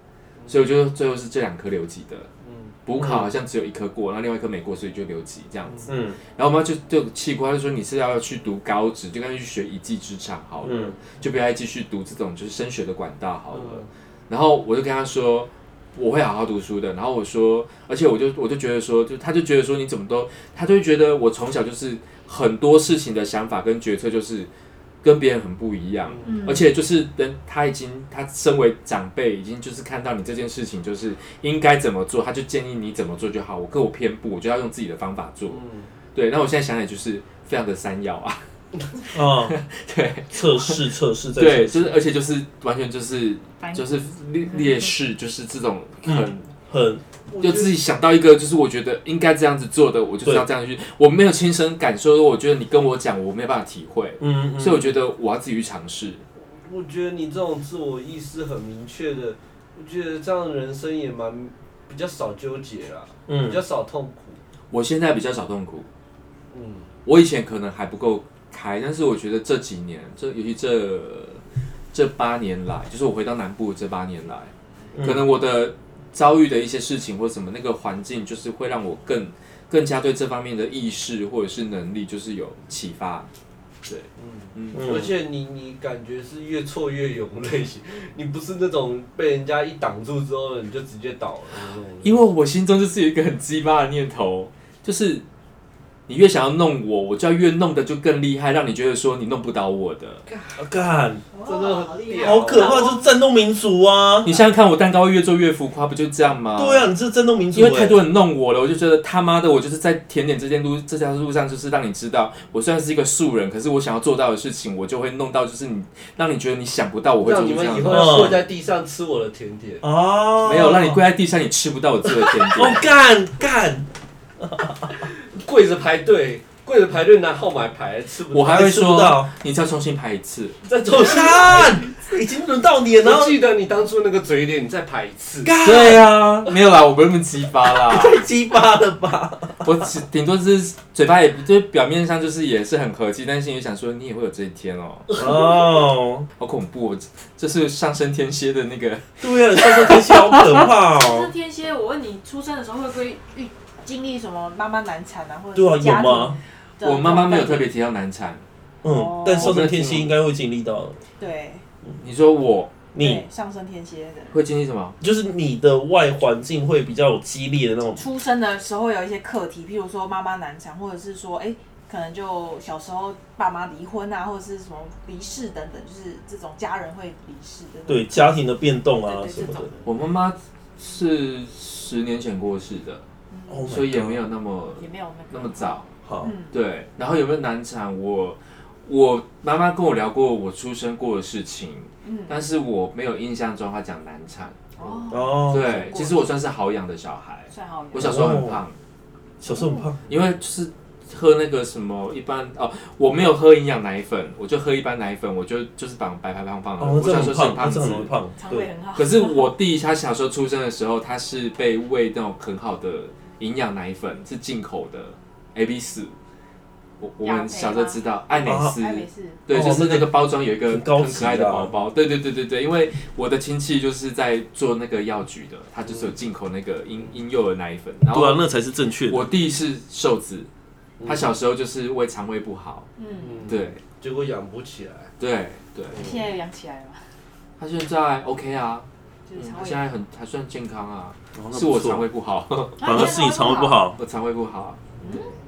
Speaker 1: 所以我就最后是这两科留级的，
Speaker 3: 嗯
Speaker 1: 补考好像只有一科过，然后另外一科没过，所以就留级这样子。
Speaker 2: 嗯
Speaker 1: 然后我妈就就气哭，她就说你是要去读高职，就干脆去学一技之长好了，
Speaker 2: 嗯
Speaker 1: 就不要再继续读这种就是升学的管道好了。
Speaker 3: 嗯
Speaker 1: 然后我就跟他说，我会好好读书的。然后我说，而且我就我就觉得说，就他就觉得说你怎么都，他就会觉得我从小就是很多事情的想法跟决策就是跟别人很不一样，
Speaker 4: 嗯，
Speaker 1: 而且就是等他已经他身为长辈，已经就是看到你这件事情就是应该怎么做，他就建议你怎么做就好。我跟我偏不，我就要用自己的方法做。
Speaker 3: 嗯，
Speaker 1: 对，那我现在想起来就是非常的山药啊，
Speaker 2: 啊，
Speaker 1: 对
Speaker 2: 测试测试在
Speaker 1: 对，就是而且就是完全就是
Speaker 4: 反
Speaker 1: 就是劣劣势，就是这种很、
Speaker 2: 很
Speaker 1: 就自己想到一个，就是我觉得应该这样子做的，我就是要这样去。我没有亲身感受，我觉得你跟我讲，我没有办法体会，
Speaker 2: 嗯，嗯
Speaker 1: 所以我觉得我要自己去尝试。
Speaker 3: 我觉得你这种自我意识很明确的，我觉得这样的人生也蛮比较少纠结啦，比
Speaker 2: 嗯
Speaker 3: 较少痛苦。
Speaker 1: 我现在比较少痛苦，
Speaker 3: 嗯，
Speaker 1: 我以前可能还不够开，但是我觉得这几年，这尤其这这八年来，就是我回到南部这八年来，
Speaker 2: 嗯
Speaker 1: 可能我的遭遇的一些事情或什么那个环境，就是会让我更更加对这方面的意识或者是能力，就是有启发。对，嗯
Speaker 2: 嗯
Speaker 3: 而且你你感觉是越挫越勇的类型， 你不是那种被人家一挡住之后你就直接倒了那种人。
Speaker 1: 因为我心中就是有一个很鸡巴的念头，就是你越想要弄我，我就要越弄的就更厉害，让你觉得说你弄不倒我的。
Speaker 2: 啊干，
Speaker 3: 真的
Speaker 4: 哇
Speaker 3: 很
Speaker 4: 好厉害
Speaker 2: 好啊可怕，这是战斗民族啊！
Speaker 1: 你想想看，我蛋糕越做越浮夸，不就这样吗？
Speaker 2: 对啊，你这是战斗民族、欸，
Speaker 1: 因为太多人弄我了，我就觉得他妈的，我就是在甜点这件路这条路上，就是让你知道，我虽然是一个素人，可是我想要做到的事情，我就会弄到，就是你让你觉得你想不到，我会做
Speaker 3: 让你
Speaker 1: 出这
Speaker 3: 们
Speaker 1: 样
Speaker 3: 以
Speaker 1: 的。
Speaker 3: 后要跪在地上吃我的甜点。
Speaker 2: 啊，
Speaker 1: 没有让你跪在地上，你吃不到我做的甜
Speaker 2: 哦
Speaker 1: 点。
Speaker 2: 干干，
Speaker 3: 跪着排队，跪着排队拿号码牌，吃不到
Speaker 1: 我还会
Speaker 2: 吃不
Speaker 1: 说
Speaker 2: 到，
Speaker 1: 你再重新排一 次。
Speaker 3: 再走 下。
Speaker 2: 干，已经轮到你了，然
Speaker 3: 我
Speaker 2: 后
Speaker 3: 记得你当初那个嘴脸，你再排一次。
Speaker 2: 干，
Speaker 1: 对啊，没有啦，我不是那么激发啦，
Speaker 2: 太鸡巴了吧？
Speaker 1: 我只顶多是嘴巴也就是表面上就是也是很和气，但心里想说你也会有这一天哦，
Speaker 2: 哦，
Speaker 1: 好恐怖、哦，这是上升天蝎的那个
Speaker 2: 对啊，你上升天蝎好可怕
Speaker 5: 可是
Speaker 2: 哦。
Speaker 5: 天蝎，我问你，出生的时候会不会遇经历什么妈妈难产啊，或者
Speaker 2: 对啊，
Speaker 5: 是
Speaker 2: 有
Speaker 5: 家庭
Speaker 2: 吗？
Speaker 5: 的
Speaker 1: 我妈妈没有特别提到难产。
Speaker 5: 哦
Speaker 2: 嗯，但上
Speaker 1: 我没
Speaker 2: 升
Speaker 1: 有
Speaker 2: 天蝎
Speaker 1: 听过
Speaker 2: 应该会经历到的。哦
Speaker 5: 对
Speaker 1: 你说我
Speaker 2: 你
Speaker 5: 对上升天蝎的
Speaker 1: 会经历什么？
Speaker 2: 就是你的外环境会比较有激烈的那种，
Speaker 5: 出生的时候有一些课题，譬如说妈妈难产，或者是说哎、可能就小时候爸妈离婚啊，或者是什么离世等等，就是这种家人会离世的。
Speaker 2: 对家庭的变动啊
Speaker 5: 对对
Speaker 2: 什么的
Speaker 5: 这种。
Speaker 3: 嗯
Speaker 1: 我妈妈是十年前过世的，
Speaker 2: Oh my
Speaker 1: 所以也没
Speaker 2: God
Speaker 1: 有那么
Speaker 5: 也没有那
Speaker 1: 那
Speaker 5: 个
Speaker 1: 么早。
Speaker 2: 好，
Speaker 5: 嗯
Speaker 1: 对，然后有没有难产？我我妈妈跟我聊过我出生过的事情，
Speaker 5: 嗯
Speaker 1: 但是我没有印象中她讲难产。
Speaker 5: 哦，
Speaker 2: 哦，
Speaker 1: 对，其实我算是好养的小孩，
Speaker 5: 算好
Speaker 1: 我小时候很胖，
Speaker 2: 小时候很胖，
Speaker 1: 因为就是喝那个什么一般哦，我没有喝营养奶粉，我就喝一般奶粉，我就就是绑白白胖胖的。
Speaker 2: 哦，那
Speaker 1: 嗯我
Speaker 2: 真
Speaker 1: 小
Speaker 2: 的
Speaker 1: 时候是很
Speaker 2: 很胖，
Speaker 1: 胖
Speaker 2: 那真
Speaker 1: 子
Speaker 2: 的。很胖，
Speaker 5: 肠胃
Speaker 2: 对，
Speaker 5: 很好。
Speaker 1: 可是我弟他小时候出生的时候，他是被喂那种很好的营养奶粉，是进口的 A B 四。我我
Speaker 5: 雅
Speaker 1: 们
Speaker 5: 培
Speaker 1: 小时候
Speaker 5: 吗
Speaker 1: 知道爱美
Speaker 2: 哦
Speaker 1: 丝，
Speaker 5: 哎没事，
Speaker 1: 对，
Speaker 2: 哦
Speaker 1: 就是那
Speaker 2: 那
Speaker 1: 个包装有一个
Speaker 2: 很高
Speaker 1: 很
Speaker 2: 级
Speaker 1: 可爱的
Speaker 2: 的啊
Speaker 1: 包包。对对对对对，因为我的亲戚就是在做那个药局的，他就是有进口那个婴婴幼儿奶粉。然
Speaker 2: 对啊，
Speaker 1: 后
Speaker 2: 那才是正确的。
Speaker 1: 我弟是瘦子，
Speaker 2: 嗯
Speaker 1: 他小时候就是胃肠胃不好，
Speaker 5: 嗯，
Speaker 3: 嗯，
Speaker 1: 对
Speaker 3: 结果养不起来。
Speaker 1: 对对，
Speaker 5: 现在养起来了嘛，
Speaker 1: 他现在 OK 啊，
Speaker 5: 就
Speaker 1: 嗯
Speaker 5: 是肠
Speaker 1: 他
Speaker 5: 胃
Speaker 1: 现在很还算健康啊，
Speaker 2: 哦那
Speaker 1: 是我
Speaker 2: 不错
Speaker 1: 肠胃不好，
Speaker 2: 反而是你肠胃不。
Speaker 5: 啊
Speaker 2: 好，
Speaker 1: 我肠胃不好。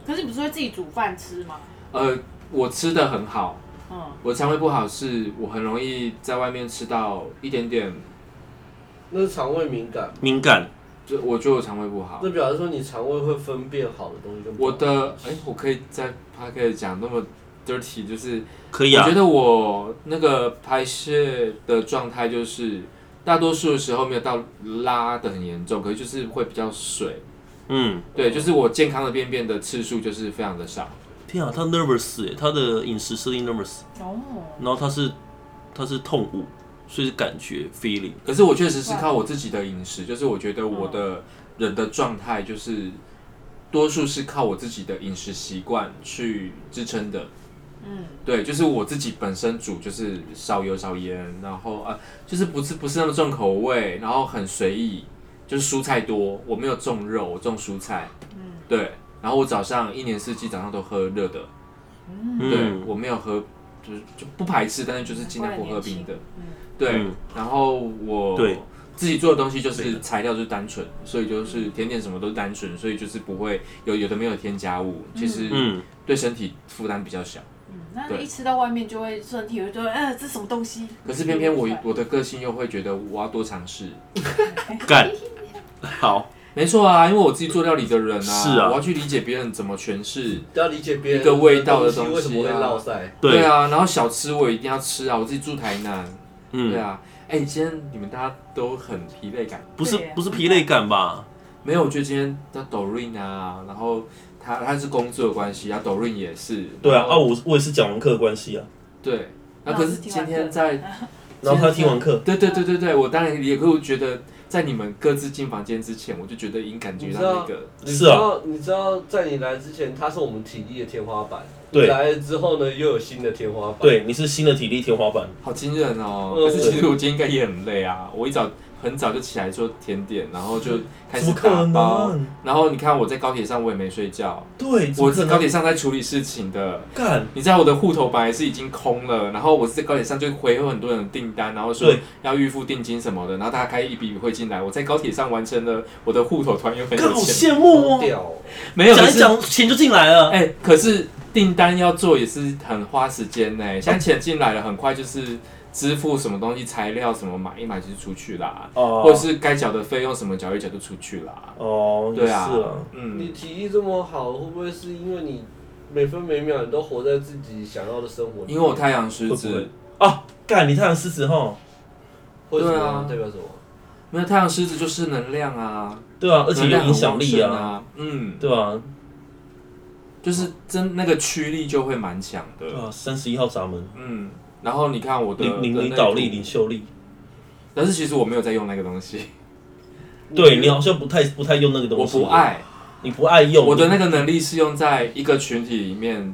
Speaker 5: 可是你不是会自己煮饭吃吗？
Speaker 1: 呃，我吃的很好，
Speaker 5: 嗯，
Speaker 1: 我肠胃不好是我很容易在外面吃到一点点，
Speaker 3: 那是肠胃敏感，
Speaker 2: 敏感，
Speaker 1: 就我觉得我肠胃不好
Speaker 3: 那。表示说你肠胃会分辨好的东西跟不好
Speaker 1: 我的哎、我可以在 p a r k 讲那么 dirty，就是
Speaker 2: 可
Speaker 1: 我
Speaker 2: 以啊
Speaker 1: 觉。得我那个排泄的状态就是大多数的时候没有到拉的很严重，可是就是会比较水。
Speaker 2: 嗯，
Speaker 1: 对，就是我健康的便便的次数就是非常的少。
Speaker 2: 天啊，他 nervous 哎，他的饮食设定 nervous，
Speaker 5: 哦，
Speaker 2: 然后他是他是痛苦，所以是感觉 feeling。
Speaker 1: 可是我确实是靠我自己的饮食，就是我觉得我的人的状态就是多数是靠我自己的饮食习惯去支撑的。
Speaker 5: 嗯，
Speaker 1: 对，就是我自己本身煮就是少油少盐，然后啊、呃就是不是不是那么重口味，然后很随意，就是蔬菜多，我没有种肉，我种蔬菜。嗯，对，然后我早上一年四季早上都喝热的，对
Speaker 2: 嗯，
Speaker 1: 我没有喝。就是就不排斥，但是就是尽量不喝冰的。
Speaker 5: 嗯，
Speaker 1: 对，
Speaker 2: 嗯
Speaker 1: 然后我
Speaker 2: 对
Speaker 1: 自己做的东西就
Speaker 2: 对
Speaker 1: 是
Speaker 2: 的
Speaker 1: 材料就是单纯，所以就是甜点什么都是单纯，所以就是不会有有的没有添加物，其实
Speaker 2: 嗯，
Speaker 1: 对身体负担比较小。
Speaker 5: 嗯，那一吃到外面就会身体会觉得，
Speaker 4: 呃
Speaker 5: 哎、这什么东西？
Speaker 1: 可是偏偏我我的个性又会觉得我要多尝试，
Speaker 2: 干，嗯好，
Speaker 1: 没错啊，因为我自己做料理的人啊，
Speaker 2: 是啊
Speaker 1: 我要去理解别人怎么诠释，
Speaker 3: 要理解别人
Speaker 1: 一个味道的
Speaker 3: 东
Speaker 1: 东西啊
Speaker 3: 为什么会落腮，
Speaker 2: 对，
Speaker 1: 啊，然后小吃我一定要吃啊，我自己住台南，
Speaker 2: 嗯
Speaker 1: 对，啊，哎、今天你们大家都很疲惫感，
Speaker 2: 不是
Speaker 4: 对啊
Speaker 2: 不是疲累感吧？
Speaker 1: 没有？我觉得今天的 Doreen 啊，然后他他是工作的关系啊，Doreen 也是，
Speaker 2: 对啊，
Speaker 1: 然
Speaker 2: 啊
Speaker 1: 后
Speaker 2: 我我也是讲完课的关系啊，
Speaker 1: 对，啊，
Speaker 5: 老
Speaker 1: 可
Speaker 5: 师
Speaker 1: 是
Speaker 5: 听
Speaker 1: 今
Speaker 5: 完
Speaker 1: 天
Speaker 5: 课
Speaker 1: 在，
Speaker 2: 然后他听完课，
Speaker 1: 对对对对对，我当然也会觉得，在你们各自进房间之前，我就觉得已经感觉到那个，
Speaker 3: 你
Speaker 2: 是
Speaker 3: 知
Speaker 2: 啊
Speaker 3: 道，你知道，在你来之前，它是我们体力的天花板。
Speaker 2: 对
Speaker 3: 来了之后呢，又有新的天花板。，
Speaker 2: 对，你是新的体力天花板，
Speaker 1: 好惊人哦！
Speaker 3: 嗯
Speaker 1: 可是其实我今天应该也很累啊，我一早很早就起来做甜点，然后就开
Speaker 2: 嗯怎
Speaker 1: 始
Speaker 2: 么可
Speaker 1: 打包，
Speaker 2: 能？
Speaker 1: 然后你看我在高铁上我也没睡觉，
Speaker 2: 对，怎么
Speaker 1: 我
Speaker 2: 可
Speaker 1: 在高
Speaker 2: 能
Speaker 1: 铁上在处理事情的。
Speaker 2: 干？
Speaker 1: 你知道我的户头本来是已经空了，然后我是在高铁上就回有很多人的订单，然后说
Speaker 2: 对
Speaker 1: 要预付定金什么的，然后大家开一笔一笔汇进来。我在高铁上完成了我的户头团圆很
Speaker 2: 干好
Speaker 1: 有钱，
Speaker 2: 羡慕哦！
Speaker 3: 屌哦，
Speaker 1: 没有
Speaker 2: 讲
Speaker 1: 可
Speaker 2: 一
Speaker 1: 是
Speaker 2: 讲钱就进来了，
Speaker 1: 哎、可是订单要做也是很花时间呢、现在钱进来了，很快就是支付什么东西材料什么买一买就出去啦，
Speaker 2: 哦
Speaker 1: 或者是该缴的费用什么缴一缴就出去啦。
Speaker 2: 哦，也
Speaker 1: 对
Speaker 2: 是
Speaker 1: 啊
Speaker 2: 啊，，
Speaker 3: 你
Speaker 1: 嗯，
Speaker 3: 体力这么好，会不会是因为你每分每秒你都活在自己想要的生活里
Speaker 1: 因
Speaker 3: 面？
Speaker 1: 为我太阳狮
Speaker 2: 会不
Speaker 1: 子
Speaker 2: 会，啊？干，你太阳狮子吼，
Speaker 3: 或者什么
Speaker 1: 对啊
Speaker 3: 代表什么？
Speaker 1: 没有太阳狮子就是能量啊，
Speaker 2: 对啊，而且
Speaker 1: 能
Speaker 2: 有
Speaker 1: 量
Speaker 2: 影响
Speaker 1: 很
Speaker 2: 力
Speaker 1: 旺盛
Speaker 2: 啊，
Speaker 1: 啊，嗯，
Speaker 2: 对啊，
Speaker 1: 就是真那个驱力就会蛮强的，
Speaker 2: 对啊，三十一号闸门，
Speaker 1: 嗯。然后你看我的
Speaker 2: 领领
Speaker 1: 人类
Speaker 2: 领导
Speaker 1: 图
Speaker 2: 力、领袖力，
Speaker 1: 但是其实我没有在用那个东西，
Speaker 2: 对你好像不太不太用那个
Speaker 1: 我
Speaker 2: 东西，
Speaker 1: 不，
Speaker 2: 哦
Speaker 1: 爱。
Speaker 2: 你不爱用，
Speaker 1: 我的那个能力是用在一个群体里面，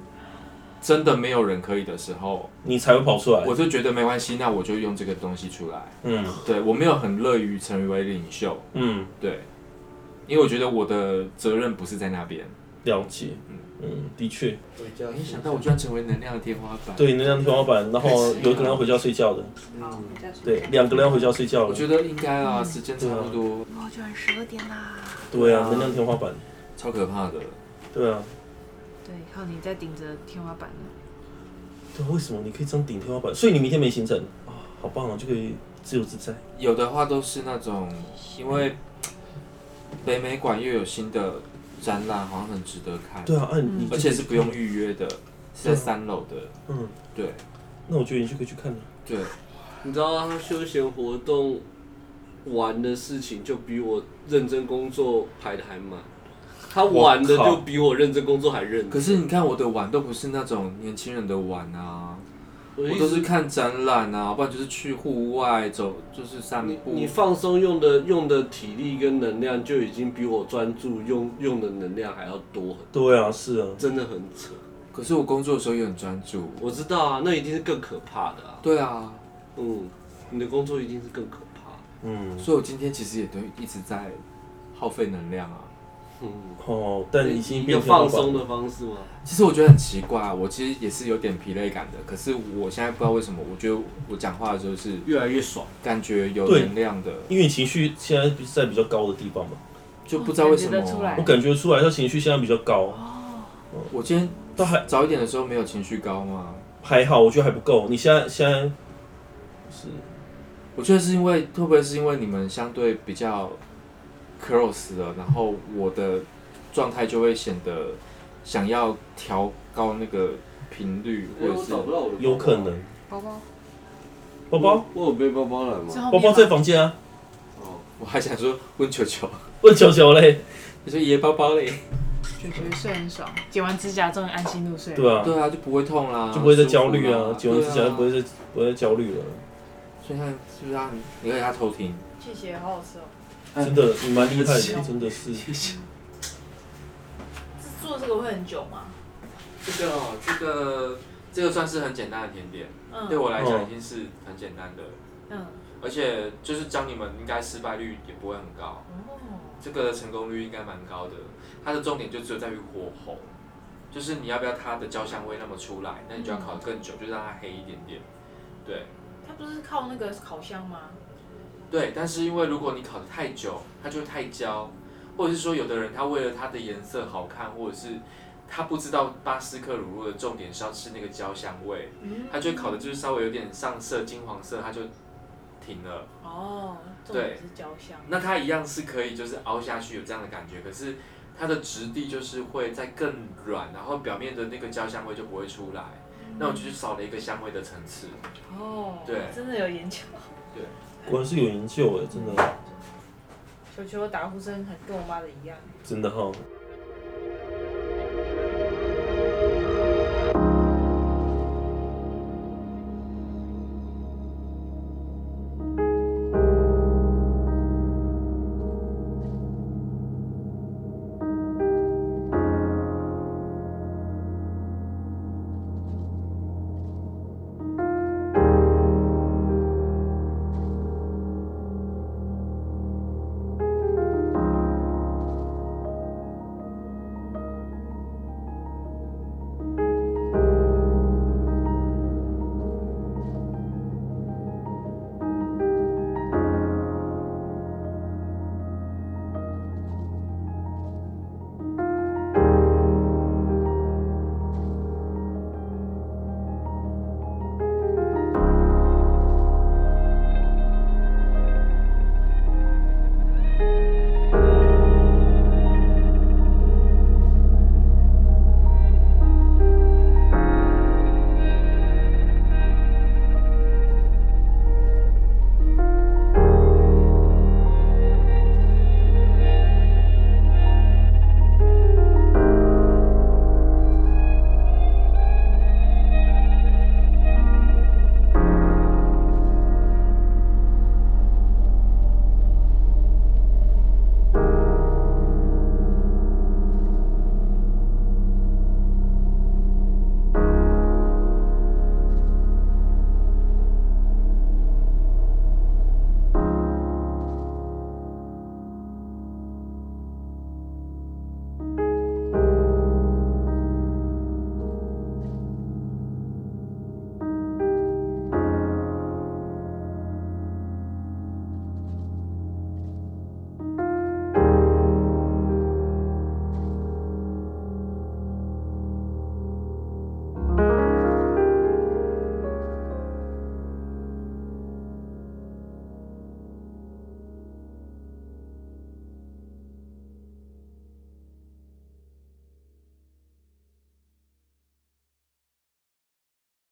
Speaker 1: 真的没有人可以的时候，
Speaker 2: 你才会跑出来，
Speaker 1: 我就觉得没关系，那我就用这个东西出来。
Speaker 2: 嗯
Speaker 1: 对我没有很乐于成为领袖，
Speaker 2: 嗯，
Speaker 1: 对，因为我觉得我的责任不是在那边。
Speaker 2: 了解，嗯，的确，
Speaker 3: 回家
Speaker 1: 没想到我居然成为能量的天花板。，
Speaker 2: 对，能量天花板，然后有一个人要回家睡觉的，
Speaker 4: 好，回家睡
Speaker 2: 对，两个人要回家睡觉
Speaker 1: 我
Speaker 2: 了，
Speaker 1: 觉得应该啊，时间差不多，
Speaker 5: 我哦居然十二点啦！
Speaker 2: 对啊，能量天花板，
Speaker 1: 超可怕的。
Speaker 2: 对啊，
Speaker 4: 对，靠你在顶着天花板呢。
Speaker 2: 对啊，为什么你可以这样顶天花板？所以你明天没行程啊，好棒哦，就可以自由自在，
Speaker 1: 有的话都是那种，因为北美馆又有新的展览，好像很值得看，
Speaker 2: 对啊，啊你，
Speaker 1: 嗯而且是不用预约的，是在三楼的。
Speaker 2: 嗯，
Speaker 1: 对
Speaker 2: 那我觉得你就可以去看了，
Speaker 1: 对，
Speaker 3: 你知道他休闲活动玩的事情，就比我认真工作排的还满。他玩的
Speaker 2: 我靠
Speaker 3: 就比我认真工作还认真。
Speaker 1: 可是你看我的玩都不是那种年轻人的玩啊，
Speaker 3: 我的
Speaker 1: 我
Speaker 3: 意
Speaker 1: 都
Speaker 3: 思
Speaker 1: 是看展览啊，不然就是去户外走，就是散
Speaker 3: 你
Speaker 1: 步
Speaker 3: 你。放松用的用的体力跟能量，就已经比我专注用用的能量还要多很，
Speaker 2: 对啊，是啊，
Speaker 3: 真的很扯。
Speaker 1: 可是我工作的时候也很专注。
Speaker 3: 我知道啊，那一定是更可怕的啊。
Speaker 1: 对啊，
Speaker 3: 嗯，你的工作一定是更可怕。
Speaker 2: 嗯。
Speaker 1: 所以我今天其实也都一直在耗费能量啊。
Speaker 3: 嗯，
Speaker 2: 哦，但已经
Speaker 3: 有
Speaker 2: 变天花
Speaker 3: 放
Speaker 2: 板
Speaker 3: 松的方式吗？
Speaker 1: 其实我觉得很奇怪啊，我其实也是有点疲累感的。可是我现在不知道为什么，我觉得我讲话的时候是
Speaker 3: 越来越爽。
Speaker 1: 感觉有
Speaker 2: 对
Speaker 1: 能量的，
Speaker 2: 因为情绪现在是在比较高的地方嘛，
Speaker 1: 就不知道为什么
Speaker 4: 感觉得出
Speaker 1: 啊。
Speaker 4: 来
Speaker 2: 我感觉出来他情绪现在比较高，
Speaker 5: 哦
Speaker 1: 我今天
Speaker 2: 但还
Speaker 1: 早一点的时候没有情绪高吗？
Speaker 2: 还好，我觉得还不够。你现在现在是
Speaker 1: 我觉得是因为会不会是因为你们相对比较 close 了，然后我的状态就会显得想要调高那个频率，或者是
Speaker 3: 到我的
Speaker 2: 有可能，
Speaker 4: 包包，
Speaker 2: 包包，
Speaker 3: 我有背包包来
Speaker 5: 最后
Speaker 3: 吗？
Speaker 1: 嗯
Speaker 2: 包
Speaker 5: 面
Speaker 2: 包
Speaker 5: 吗
Speaker 2: 在房间啊，
Speaker 3: 哦，
Speaker 1: 我还想说问球球，
Speaker 2: 问球球嘞，
Speaker 1: 你说爷包包嘞，
Speaker 4: 就觉得睡很爽，剪完指甲终于安心入睡。
Speaker 2: 对吧、
Speaker 1: 对啊，就不会痛啦，
Speaker 2: 就不会再焦虑
Speaker 1: 舒服
Speaker 2: 啊
Speaker 1: 啦，
Speaker 2: 剪完指甲
Speaker 1: 对
Speaker 2: 就
Speaker 1: 啊
Speaker 2: 不会再不会再焦虑了。
Speaker 1: 所以看是不是让你给他偷听？
Speaker 4: 谢谢，好好吃哦。
Speaker 1: 嗯
Speaker 2: 真的，你蛮厉害
Speaker 1: 对
Speaker 2: 的，真的是。
Speaker 5: 做这个会很久吗？
Speaker 1: 这个哦，这个这个算是很简单的甜点，
Speaker 5: 嗯
Speaker 1: 对我来讲
Speaker 2: 哦
Speaker 1: 已经是很简单的，
Speaker 5: 嗯，
Speaker 1: 而且就是教你们应该失败率也不会很高。
Speaker 5: 哦
Speaker 1: 这个的成功率应该蛮高的。它的重点就只有在于火候，就是你要不要它的焦香味那么出来，那你就要烤得更久，就让它黑一点点。对
Speaker 5: 它不是靠那个烤箱吗？
Speaker 1: 对，但是因为如果你烤得太久，它就会太焦，或者是说有的人他为了它的颜色好看，或者是他不知道巴斯克乳酪的重点是要吃那个焦香味，
Speaker 5: 嗯
Speaker 1: 他就会烤的就是稍微有点上色金黄色，它就停了。
Speaker 5: 哦，重
Speaker 1: 对
Speaker 5: 点是焦香。
Speaker 1: 那它一样是可以，就是凹下去有这样的感觉，可是它的质地就是会再更软，然后表面的那个焦香味就不会出来。那我就是少了一个香味的层次。
Speaker 5: 哦，
Speaker 1: 对
Speaker 5: 真的有研究。
Speaker 2: 果然是有营救哎，真的，
Speaker 4: 球球打呼声很跟我妈的一样。
Speaker 2: 真的哈、